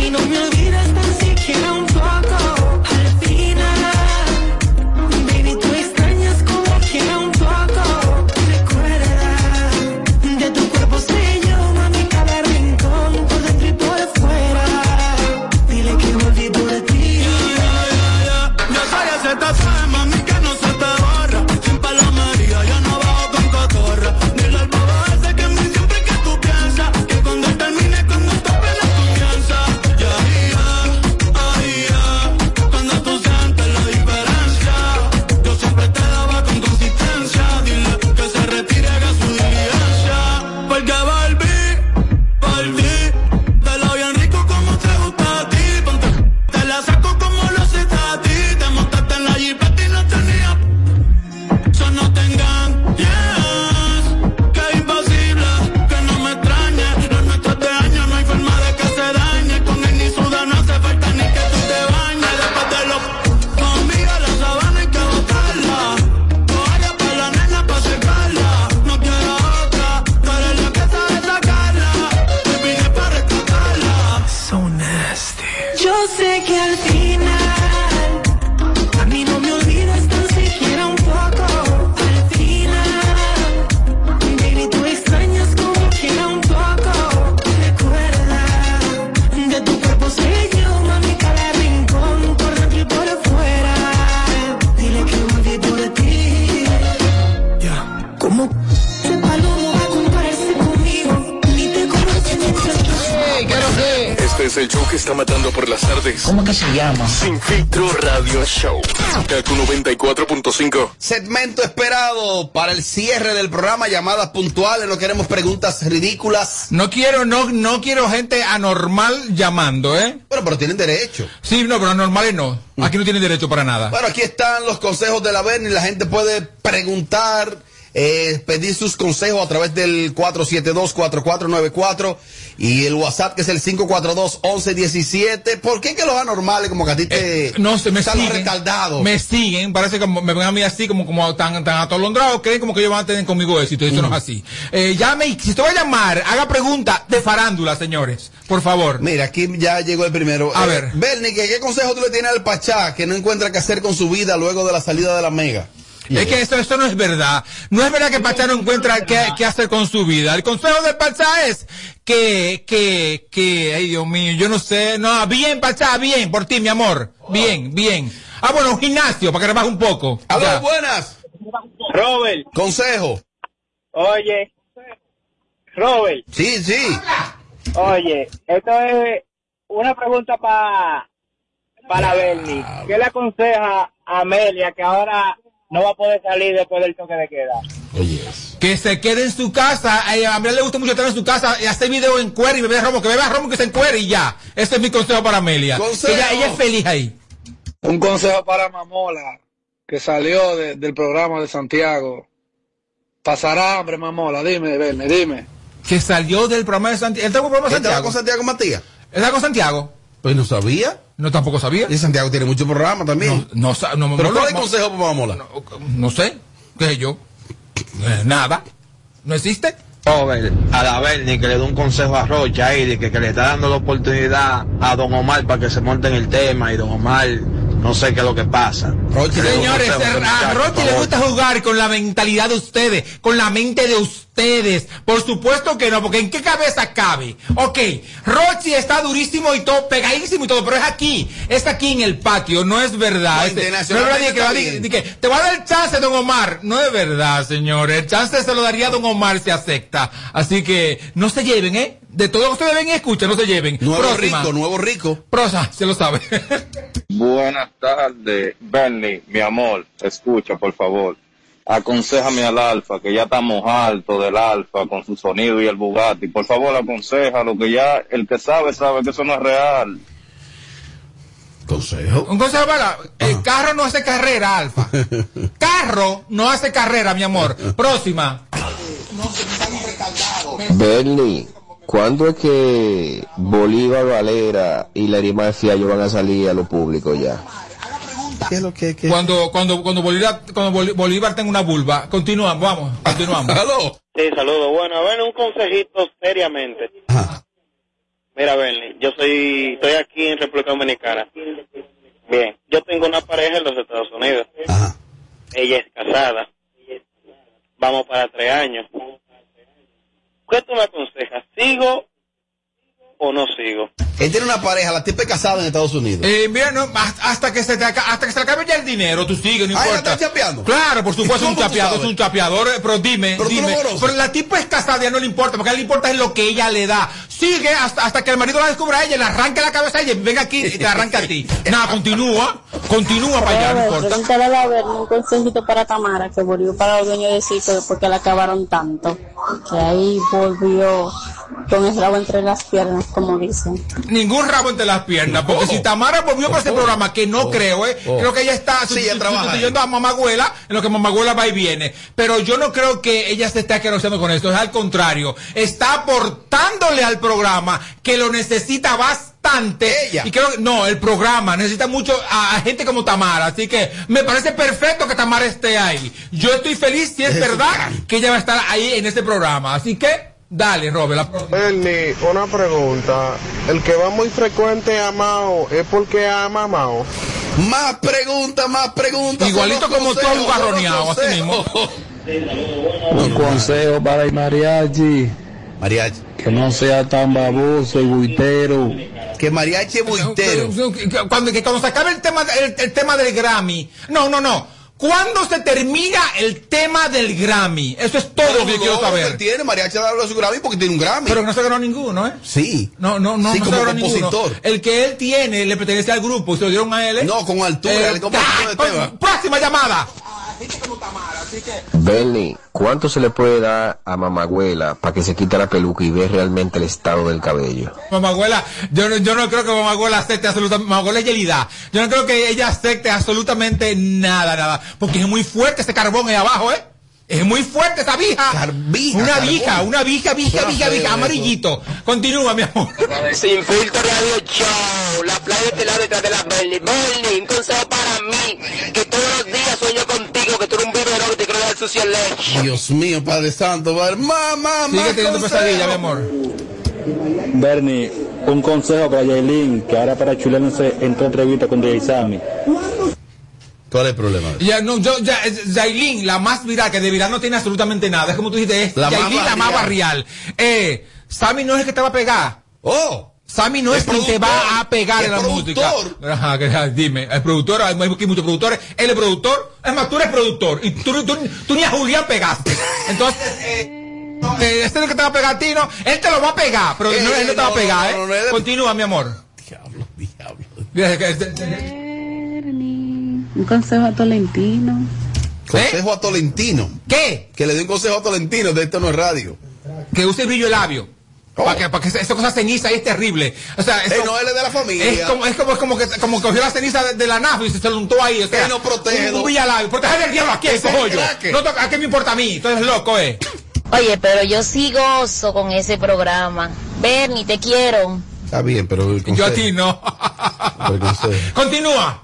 Speaker 8: y no me olvidas tan siquiera un poco. Al final. Baby, tú extrañas como quiera un poco. Recuerda, de tu cuerpo sé yo, mami, cada rincón, por dentro y por fuera. Dile que volví por ti.
Speaker 19: Ya sabes, se te sabe, mami, que no se te borra. Sin palomería, yo no bajo con cotorra. Dile al bobo ese que en mí siempre que tú piensas. Que cuando él termine, cuando tope la confianza. Y ahí ya, ahí ya. Cuando tú sientes la diferencia. Yo siempre te daba con consistencia. Dile que se retire, haga su diligencia. Porque volví, volví. Te lo bien rico como te gusta a ti. Ponte te la saco como lo haces a ti. Te montaste en la jipeta y no tenía. p- Eso no tengan. Yes, que imposible que no me extrañe. Los nuestros de año no hay forma de que se dañe. Con él ni suda no hace falta ni que tú te bañes. Después de los. Conmigo la sabana hay que botarla. Toalla para la nena para secarla. No quiero otra. Tú eres la que sabe sacarla. Te vine para rescatarla.
Speaker 8: So nasty. Yo sé que al final, a mí no me olvidas tan siquiera un poco. Al final, baby, tú extrañas como quiera un poco. Recuerda, de tu cuerpo sé yo, mami, cada rincón, por dentro y por fuera. Dile que volví por ti. Ya, ¿cómo? Ese palomo va a compararse conmigo, ni te conoce ni te
Speaker 4: Este es el show que está matando por las tardes.
Speaker 8: ¿Cómo que se llama?
Speaker 4: Sin filtro radio show. Kaku 94.5.
Speaker 3: Segmento esperado para el cierre del programa, llamadas puntuales, no queremos preguntas ridículas.
Speaker 1: No quiero, no, no quiero gente anormal llamando, ¿eh?
Speaker 3: Bueno, pero tienen derecho.
Speaker 1: Sí, no, pero anormales no. Aquí no tienen derecho para nada.
Speaker 3: Bueno, aquí están los consejos de la Berni. La gente puede preguntar, eh, pedir sus consejos a través del 472-4494 y el WhatsApp que es el 542-1117. ¿Por qué que los anormales como que a ti te...
Speaker 1: No se me
Speaker 3: están los
Speaker 1: siguen.
Speaker 3: retardados?
Speaker 1: Me siguen, parece que me ven a mí así como, como tan, tan atolondrado, creen como que ellos van a tener conmigo éxito, y eso no es así. Eh, llame, y si usted va a llamar, haga pregunta de farándula, señores, por favor.
Speaker 3: Mira, aquí ya llegó el primero.
Speaker 1: A
Speaker 3: Eh,
Speaker 1: ver.
Speaker 3: Bernie, ¿qué, qué consejo tú le tienes al Pachá que no encuentra qué hacer con su vida luego de la salida de la mega?
Speaker 1: Es que esto, esto no es verdad. No es verdad que Pachá no encuentra qué, qué hacer con su vida. El consejo de Pachá es que, que, que, ay Dios mío, yo no sé. No, bien Pachá, bien, por ti, mi amor. Bien, bien. Ah, bueno, un gimnasio, para que rebaje un poco.
Speaker 3: Aló,
Speaker 1: <laughs> Ya.
Speaker 3: buenas.
Speaker 20: Robert.
Speaker 3: Consejo.
Speaker 20: Oye, Robert.
Speaker 3: Sí, sí.
Speaker 20: Oye, esto es una pregunta para para Bernie. ¿Qué le aconseja a Amelia que ahora no va a poder salir después del toque de queda?
Speaker 1: Que se quede en su casa. Eh, a Amelia le gusta mucho estar en su casa y hacer video en cuero y beber romo. Que beba romo que se encuere y ya. Ese es mi consejo para Amelia.
Speaker 21: Consejo.
Speaker 1: Ella, ella es feliz ahí.
Speaker 21: Un consejo para Mamola, que salió de- del programa de Santiago. Pasará hambre, Mamola, dime, Bernie, dime.
Speaker 1: Que salió del programa de Santiago. Él estaba con el programa de Santiago. con
Speaker 3: Santiago Matías?
Speaker 1: Él estaba con Santiago.
Speaker 3: Pues no sabía.
Speaker 1: No, tampoco sabía.
Speaker 3: Y Santiago tiene mucho programa también.
Speaker 1: No, no, sa- no,
Speaker 3: Pero
Speaker 1: no,
Speaker 3: ¿cuál es el
Speaker 1: no-
Speaker 3: consejo para Mamola?
Speaker 1: No sé. ¿Qué sé yo? Eh, Nada. ¿No existe?
Speaker 18: Robert, a la Bernie que le dé un consejo a Rocha ahí, de que, que le está dando la oportunidad a Don Omar para que se monte en el tema y Don Omar, no sé qué es lo que pasa. Que le dé un
Speaker 1: Señores,
Speaker 18: consejo a este
Speaker 1: a
Speaker 18: muchacho,
Speaker 1: Rochi
Speaker 18: por
Speaker 1: le
Speaker 18: favor.
Speaker 1: gusta jugar con la mentalidad de ustedes, con la mente de ustedes. Por supuesto que no, porque ¿en qué cabeza cabe? Ok, Rochi está durísimo y todo, pegadísimo y todo, pero es aquí, es aquí en el patio, no es verdad.
Speaker 3: No,
Speaker 1: Este, no es verdad
Speaker 3: internacionalmente
Speaker 1: de que, va a di-
Speaker 3: está bien.
Speaker 1: de que te va a dar el chance, don Omar. No es verdad, señores, el chance se lo daría a don Omar si acepta. Así que no se lleven, ¿eh? De todo lo que ustedes ven y escuchan, no se lleven.
Speaker 3: Nuevo
Speaker 1: Próxima.
Speaker 3: rico, nuevo rico.
Speaker 1: Prosa, se lo sabe. <laughs>
Speaker 22: Buenas tardes, Bernie, mi amor, escucha por favor. Aconsejame al Alfa, que ya estamos alto del Alfa con su sonido y el Bugatti. Por favor, aconseja lo que ya el que sabe sabe que eso no es real.
Speaker 3: Consejo.
Speaker 1: Un consejo para. El carro no hace carrera, Alfa. carro no hace carrera,
Speaker 3: <laughs>
Speaker 1: mi amor. Próxima.
Speaker 31: Bernie, ¿cuándo es que Bolívar Valera y la Maciallo van a salir a lo público ya?
Speaker 1: ¿Qué es lo que, Cuando, cuando, cuando, Bolívar, cuando Bol- Bolívar tenga una vulva. Continuamos, vamos.
Speaker 3: <laughs>
Speaker 1: Continuamos.
Speaker 22: Sí, saludo. Bueno, bueno, un consejito seriamente. Mira, Bernie, yo soy, estoy aquí en República Dominicana. Bien, yo tengo una pareja en los Estados Unidos. Ella es casada. Vamos para tres años. ¿Qué tú me aconsejas? ¿Sigo o no sigo?
Speaker 3: Él tiene una pareja, la tipa es casada en Estados Unidos.
Speaker 1: Eh, mira, no, hasta, hasta que se te aca- hasta que se te acabe ya el dinero, tú sigues, no
Speaker 3: Ah, ¿la
Speaker 1: importa.
Speaker 3: estás chapeando?
Speaker 1: Claro, por supuesto,
Speaker 3: ¿Y
Speaker 1: es un
Speaker 3: cómo tú
Speaker 1: chapeador, es
Speaker 3: sabes?
Speaker 1: un chapeador, eh, pero dime,
Speaker 3: Pero tú
Speaker 1: dime.
Speaker 3: lo conoces.
Speaker 1: Pero la tipa es casada, ya no le importa, porque a él le importa es lo que ella le da. Sigue hasta, hasta que el marido la descubra a ella, le arranque la cabeza a ella, venga aquí y te arranca
Speaker 3: <laughs>
Speaker 1: a ti. Nada, continúa, continúa para allá, no importa.
Speaker 5: Pregúntale a la Berni un consejito para Tamara, que volvió para el dueño de circo después que la acabaron tanto. Que ahí volvió con el rabo entre las piernas, como dicen.
Speaker 1: Ningún rabo entre las piernas, porque si Tamara volvió para ese programa, que no creo, eh, creo que ella está
Speaker 3: Oh. Sí, ella
Speaker 1: sustitu-
Speaker 3: trabaja
Speaker 1: sustituyendo a Mamagüela, en lo que Mamagüela va y viene. Pero yo no creo que ella se esté queroseando con esto, es al contrario, está aportándole al programa que lo necesita bastante. Y creo que, no, el programa necesita mucho a, a gente como Tamara, así que me parece perfecto que Tamara esté ahí. Yo estoy feliz si es verdad que ella va a estar ahí en este programa, así que dale, Robert. la-
Speaker 16: Bernie, una pregunta. El que va muy frecuente a Mao es porque ama a Mao.
Speaker 3: Más preguntas, más preguntas.
Speaker 1: Igualito como tú, abugarroneado, así
Speaker 3: <laughs>
Speaker 1: mismo.
Speaker 16: Un consejo para el mariachi. Mariachi. Que no sea tan baboso y buitero.
Speaker 3: Que mariachi es buitero.
Speaker 1: Cuando, que cuando se acabe el tema, el, el tema del Grammy. No, no, no. ¿Cuándo se termina el tema del Grammy? Eso es todo lo que yo quiero saber.
Speaker 3: tiene mariachi le habló su Grammy porque tiene un Grammy.
Speaker 1: Pero que no se ganó ninguno, ¿eh?
Speaker 3: Sí.
Speaker 1: No, no, no,
Speaker 3: Sí,
Speaker 1: no se
Speaker 3: como
Speaker 1: ganó ninguno.
Speaker 3: compositor.
Speaker 1: El que él tiene le pertenece al grupo y se lo dieron a él. ¿eh? No,
Speaker 3: con altura,
Speaker 1: el Próxima llamada.
Speaker 31: Bernie, ¿cuánto se le puede dar a mamagüela para que se quite la peluca y ve realmente el estado del cabello?
Speaker 1: Mamagüela, yo no, yo no creo que Mamagüela acepte absolutamente, Mamagüela es Yelida. Yo no creo que ella acepte absolutamente nada, nada. Porque es muy fuerte ese carbón ahí abajo, ¿eh? Es muy fuerte esa vija. una
Speaker 16: carbón.
Speaker 1: vija, una vija, vija,
Speaker 16: Suena
Speaker 1: vija,
Speaker 16: feo
Speaker 1: vija,
Speaker 16: eso.
Speaker 1: amarillito. Continúa, mi amor.
Speaker 19: Sin filtro radio show, la playa te la detrás de la Bernie. Bernie, un consejo para mí, que todos los días sueño contigo, que tú eres un biberón que te quiero dar sucio leche.
Speaker 3: Dios mío, Padre Santo, Padre. Mamá, mamá. consejo.
Speaker 16: Bernie, un consejo para Yailin, que ahora para chulándose entró entrevista con DJ Sammy.
Speaker 3: ¿Cuál es el problema?
Speaker 1: Ya, no, yo, ya, es Yailin, la más viral, que de viral no tiene absolutamente nada. Es como tú dijiste, es
Speaker 3: La más
Speaker 1: Yailin, la más barrial.
Speaker 3: barrial.
Speaker 1: Eh, Sammy no es el que te va a pegar.
Speaker 3: Oh.
Speaker 1: Sammy no
Speaker 3: El
Speaker 1: es, quien te va a pegar
Speaker 3: el
Speaker 1: en la música.
Speaker 3: productor.
Speaker 1: Ajá, que- ah, dime, el productor, hay hay aquí muchos productores. Él es productor, es más, tú eres productor. Y tú, tú, tú ni a Julián pegaste.
Speaker 3: <laughs>
Speaker 1: Entonces, eh, no, eh, este es el que te va a pegar a ti, ¿no? Él te lo va a pegar, pero
Speaker 3: Eh,
Speaker 1: no, él no te va a
Speaker 3: no,
Speaker 1: pegar,
Speaker 3: no, no, no,
Speaker 1: ¿eh?
Speaker 3: no, no.
Speaker 1: Continúa, mi amor. este, Diablo, diablo.
Speaker 5: Un consejo a Tolentino.
Speaker 3: Consejo a Tolentino.
Speaker 1: ¿Eh? ¿Qué?
Speaker 3: Que le dé un consejo a Tolentino de esto no es radio.
Speaker 1: Que use el brillo de labio. Para que, para que esa- esa cosa ceniza ahí es terrible. O sea, eso-
Speaker 3: Oh. Eh, no, él es de la familia.
Speaker 1: Es como, es como, es como que como cogió la ceniza de, de la nave y se, se lo untó ahí. O sea,
Speaker 3: Él no protege,
Speaker 1: Un,
Speaker 3: no.
Speaker 1: un villalabio. Protege del diablo aquí,
Speaker 3: Ese es
Speaker 1: cojo
Speaker 3: el
Speaker 1: yo.
Speaker 3: crack.
Speaker 1: No toca, ¿a qué me importa a mí? Tú eres loco, eh.
Speaker 32: Oye, pero yo sí gozo con ese programa. Bernie, te quiero.
Speaker 3: Está bien, pero el
Speaker 1: Yo a ti no.
Speaker 3: pero el consejo.
Speaker 1: Continúa.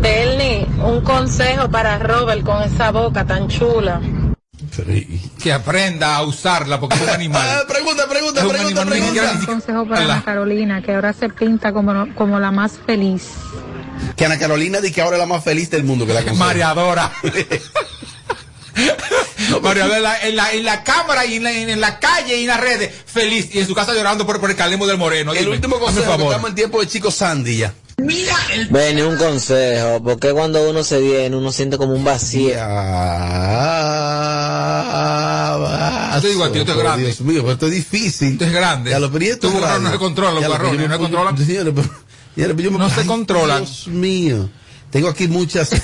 Speaker 33: Bernie, un consejo para Robert con esa boca tan chula.
Speaker 1: Que aprenda a usarla porque es un
Speaker 3: <laughs>
Speaker 1: animal. <laughs>
Speaker 3: pregunta, pregunta,
Speaker 1: Es un Eh, pregunta, animal, ni pregunta. siquiera- ni siquiera-
Speaker 34: consejo para
Speaker 1: Hola.
Speaker 34: Ana Carolina, que ahora se pinta como, no- como la más feliz.
Speaker 3: Que Ana Carolina dice que ahora es la más feliz del mundo que la aconseja. <laughs>
Speaker 1: Mareadora. Mario, en la, en, la, en la cámara y en la, en la calle y en las redes, feliz. Y en su casa llorando por, por el calemo del moreno.
Speaker 3: El último consejo, que
Speaker 1: favor.
Speaker 3: estamos en tiempo de Chico Sandy ya.
Speaker 1: Mira el
Speaker 34: Ven, un consejo, porque cuando uno se viene, uno siente como un vacío.
Speaker 3: Ah,
Speaker 1: Yo te digo a ti, esto es
Speaker 3: Pero,
Speaker 1: grande.
Speaker 3: Dios mío, pero esto es difícil. Esto
Speaker 1: es grande.
Speaker 3: Ya lo pero esto
Speaker 1: Tú,
Speaker 3: es
Speaker 1: guarrones,
Speaker 3: grande.
Speaker 1: no se controla, los
Speaker 3: Ya lo, pero
Speaker 1: guarrones,
Speaker 3: yo me
Speaker 1: no se
Speaker 3: pongo-
Speaker 1: controlan.
Speaker 3: señores, pero- ya lo, pero yo me-
Speaker 1: No se
Speaker 3: Ay,
Speaker 1: controlan.
Speaker 3: Dios mío. Tengo aquí muchas.
Speaker 1: <laughs>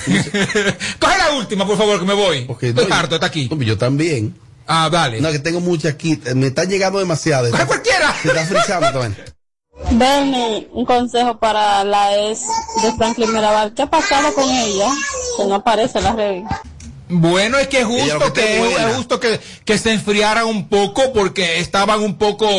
Speaker 1: Coge la última, por favor, que me voy. Estoy
Speaker 3: no,
Speaker 1: harto, está aquí.
Speaker 3: Yo también.
Speaker 1: Ah, vale.
Speaker 3: No, que tengo muchas aquí. Me están llegando demasiadas.
Speaker 1: cualquiera! <laughs>
Speaker 3: Se está frizando también.
Speaker 5: Bernie, un consejo para la ex de Franklin Mirabal. ¿Qué ha pasado con ella? Que no aparece en las revistas.
Speaker 1: Bueno, es que es justo que, es justo que, que se enfriaran un poco porque estaban un poco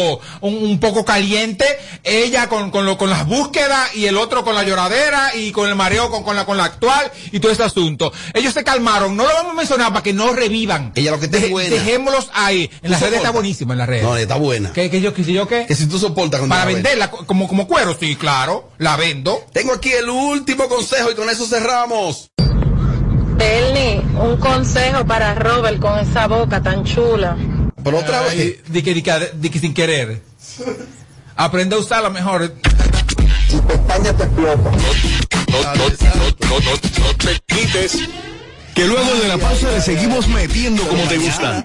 Speaker 1: un, un poco caliente ella con, con lo con las búsquedas y el otro con la lloradera y con el mareo con, con la con la actual y todo ese asunto. Ellos se calmaron, no lo vamos a mencionar para que no revivan.
Speaker 3: Ella lo que te
Speaker 1: Deje-
Speaker 3: buena.
Speaker 1: Dejémoslos ahí. En las redes está buenísima en las redes.
Speaker 3: No, está buena.
Speaker 1: Que, que yo que si yo qué?
Speaker 3: Que si tú soportas cuando
Speaker 1: Para
Speaker 3: la vendes.
Speaker 1: venderla co- como como cuero, sí, claro, la vendo.
Speaker 3: Tengo aquí el último consejo y con eso cerramos.
Speaker 35: Bernie, un consejo para Robert con esa boca tan chula.
Speaker 3: Por otra
Speaker 1: vez. Di que, di que- di que sin querer. Aprende a usarla mejor.
Speaker 36: No, no, no, no, no, no te quites.
Speaker 29: Que luego de la pausa le seguimos metiendo como te gusta.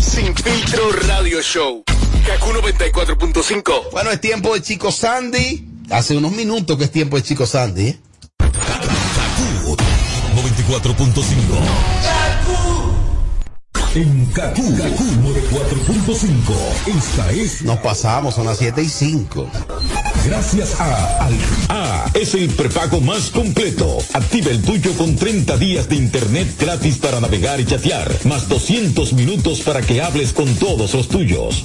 Speaker 36: Sin filtro radio show. Kaku 94.5.
Speaker 3: Bueno, es tiempo de Chico Sandy. Hace unos minutos que es tiempo de Chico Sandy. ¿eh?
Speaker 29: 94.5.
Speaker 3: En Kaku, 4.5. Esta es. Nos pasamos, son las 7 y 5.
Speaker 29: Gracias a Alfa. A Ah, es el prepago más completo. Activa el tuyo con 30 días de internet gratis para navegar y chatear, más 200 minutos para que hables con todos los tuyos.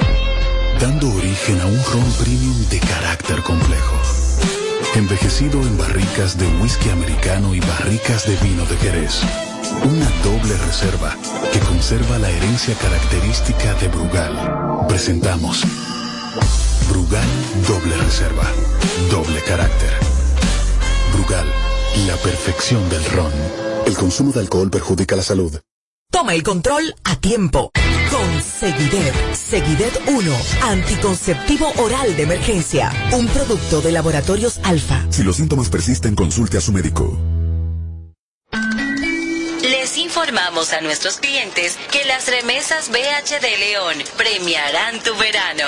Speaker 2: dando origen a un ron premium de carácter complejo, envejecido en barricas de whisky americano y barricas de vino de Jerez. Una doble reserva que conserva la herencia característica de Brugal. Presentamos Brugal Doble Reserva, Doble Carácter. Brugal, la perfección del ron. El consumo de alcohol perjudica la salud. Toma el control a tiempo. Con Seguidet, Seguidet 1, anticonceptivo oral de emergencia, un producto de laboratorios alfa.
Speaker 37: Si los síntomas persisten, consulte a su médico.
Speaker 38: Les informamos a nuestros clientes que las remesas BH de León premiarán tu verano.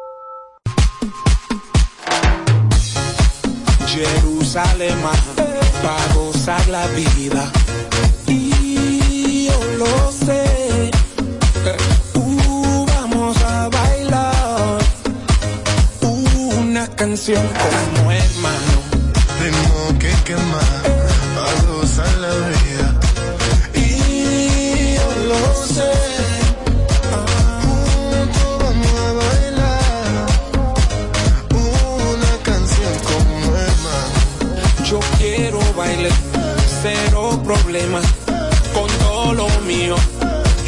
Speaker 19: Jerusalén para gozar la vida. Y yo lo sé, eh, uh, vamos a bailar una canción como hermano. Tengo que quemar para gozar la vida. Y yo lo sé, ah, juntos vamos a bailar una canción como hermano. Yo quiero bailar, cero problema, con todo lo mío.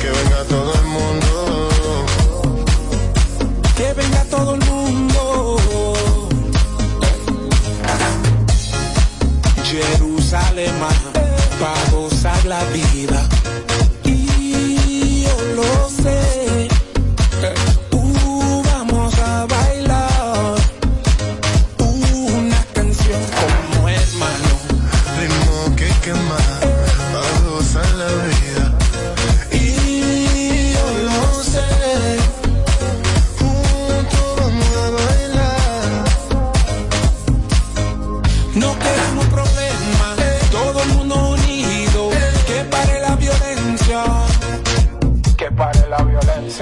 Speaker 19: Que venga todo el mundo. Que venga todo el mundo. Jerusalén, para gozar la vida. Y yo lo sé. Uh, vamos a bailar una canción como hermano. Tengo que quemar para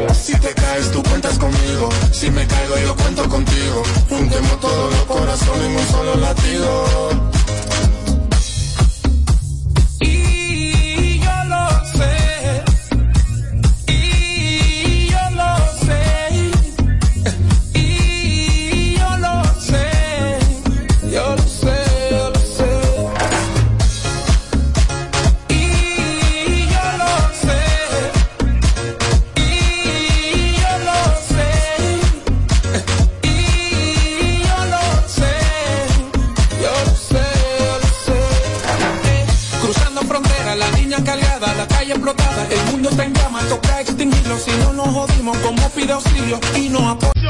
Speaker 39: peleas conmigo. Si me caigo yo cuento contigo. Juntemos todos los corazones en un solo latido.
Speaker 19: Y yo lo sé. Y yo lo sé. Y yo lo sé. Yo lo sé, yo lo sé. Y yo lo sé. Y yo lo sé. Y yo lo sé. Yo lo sé, yo lo sé. Eh,
Speaker 39: Cruzando frontera, la niña cargada, la calle explotada, el mundo está en llamas, toca extinguirlo, si no nos jodimos como pide auxilio y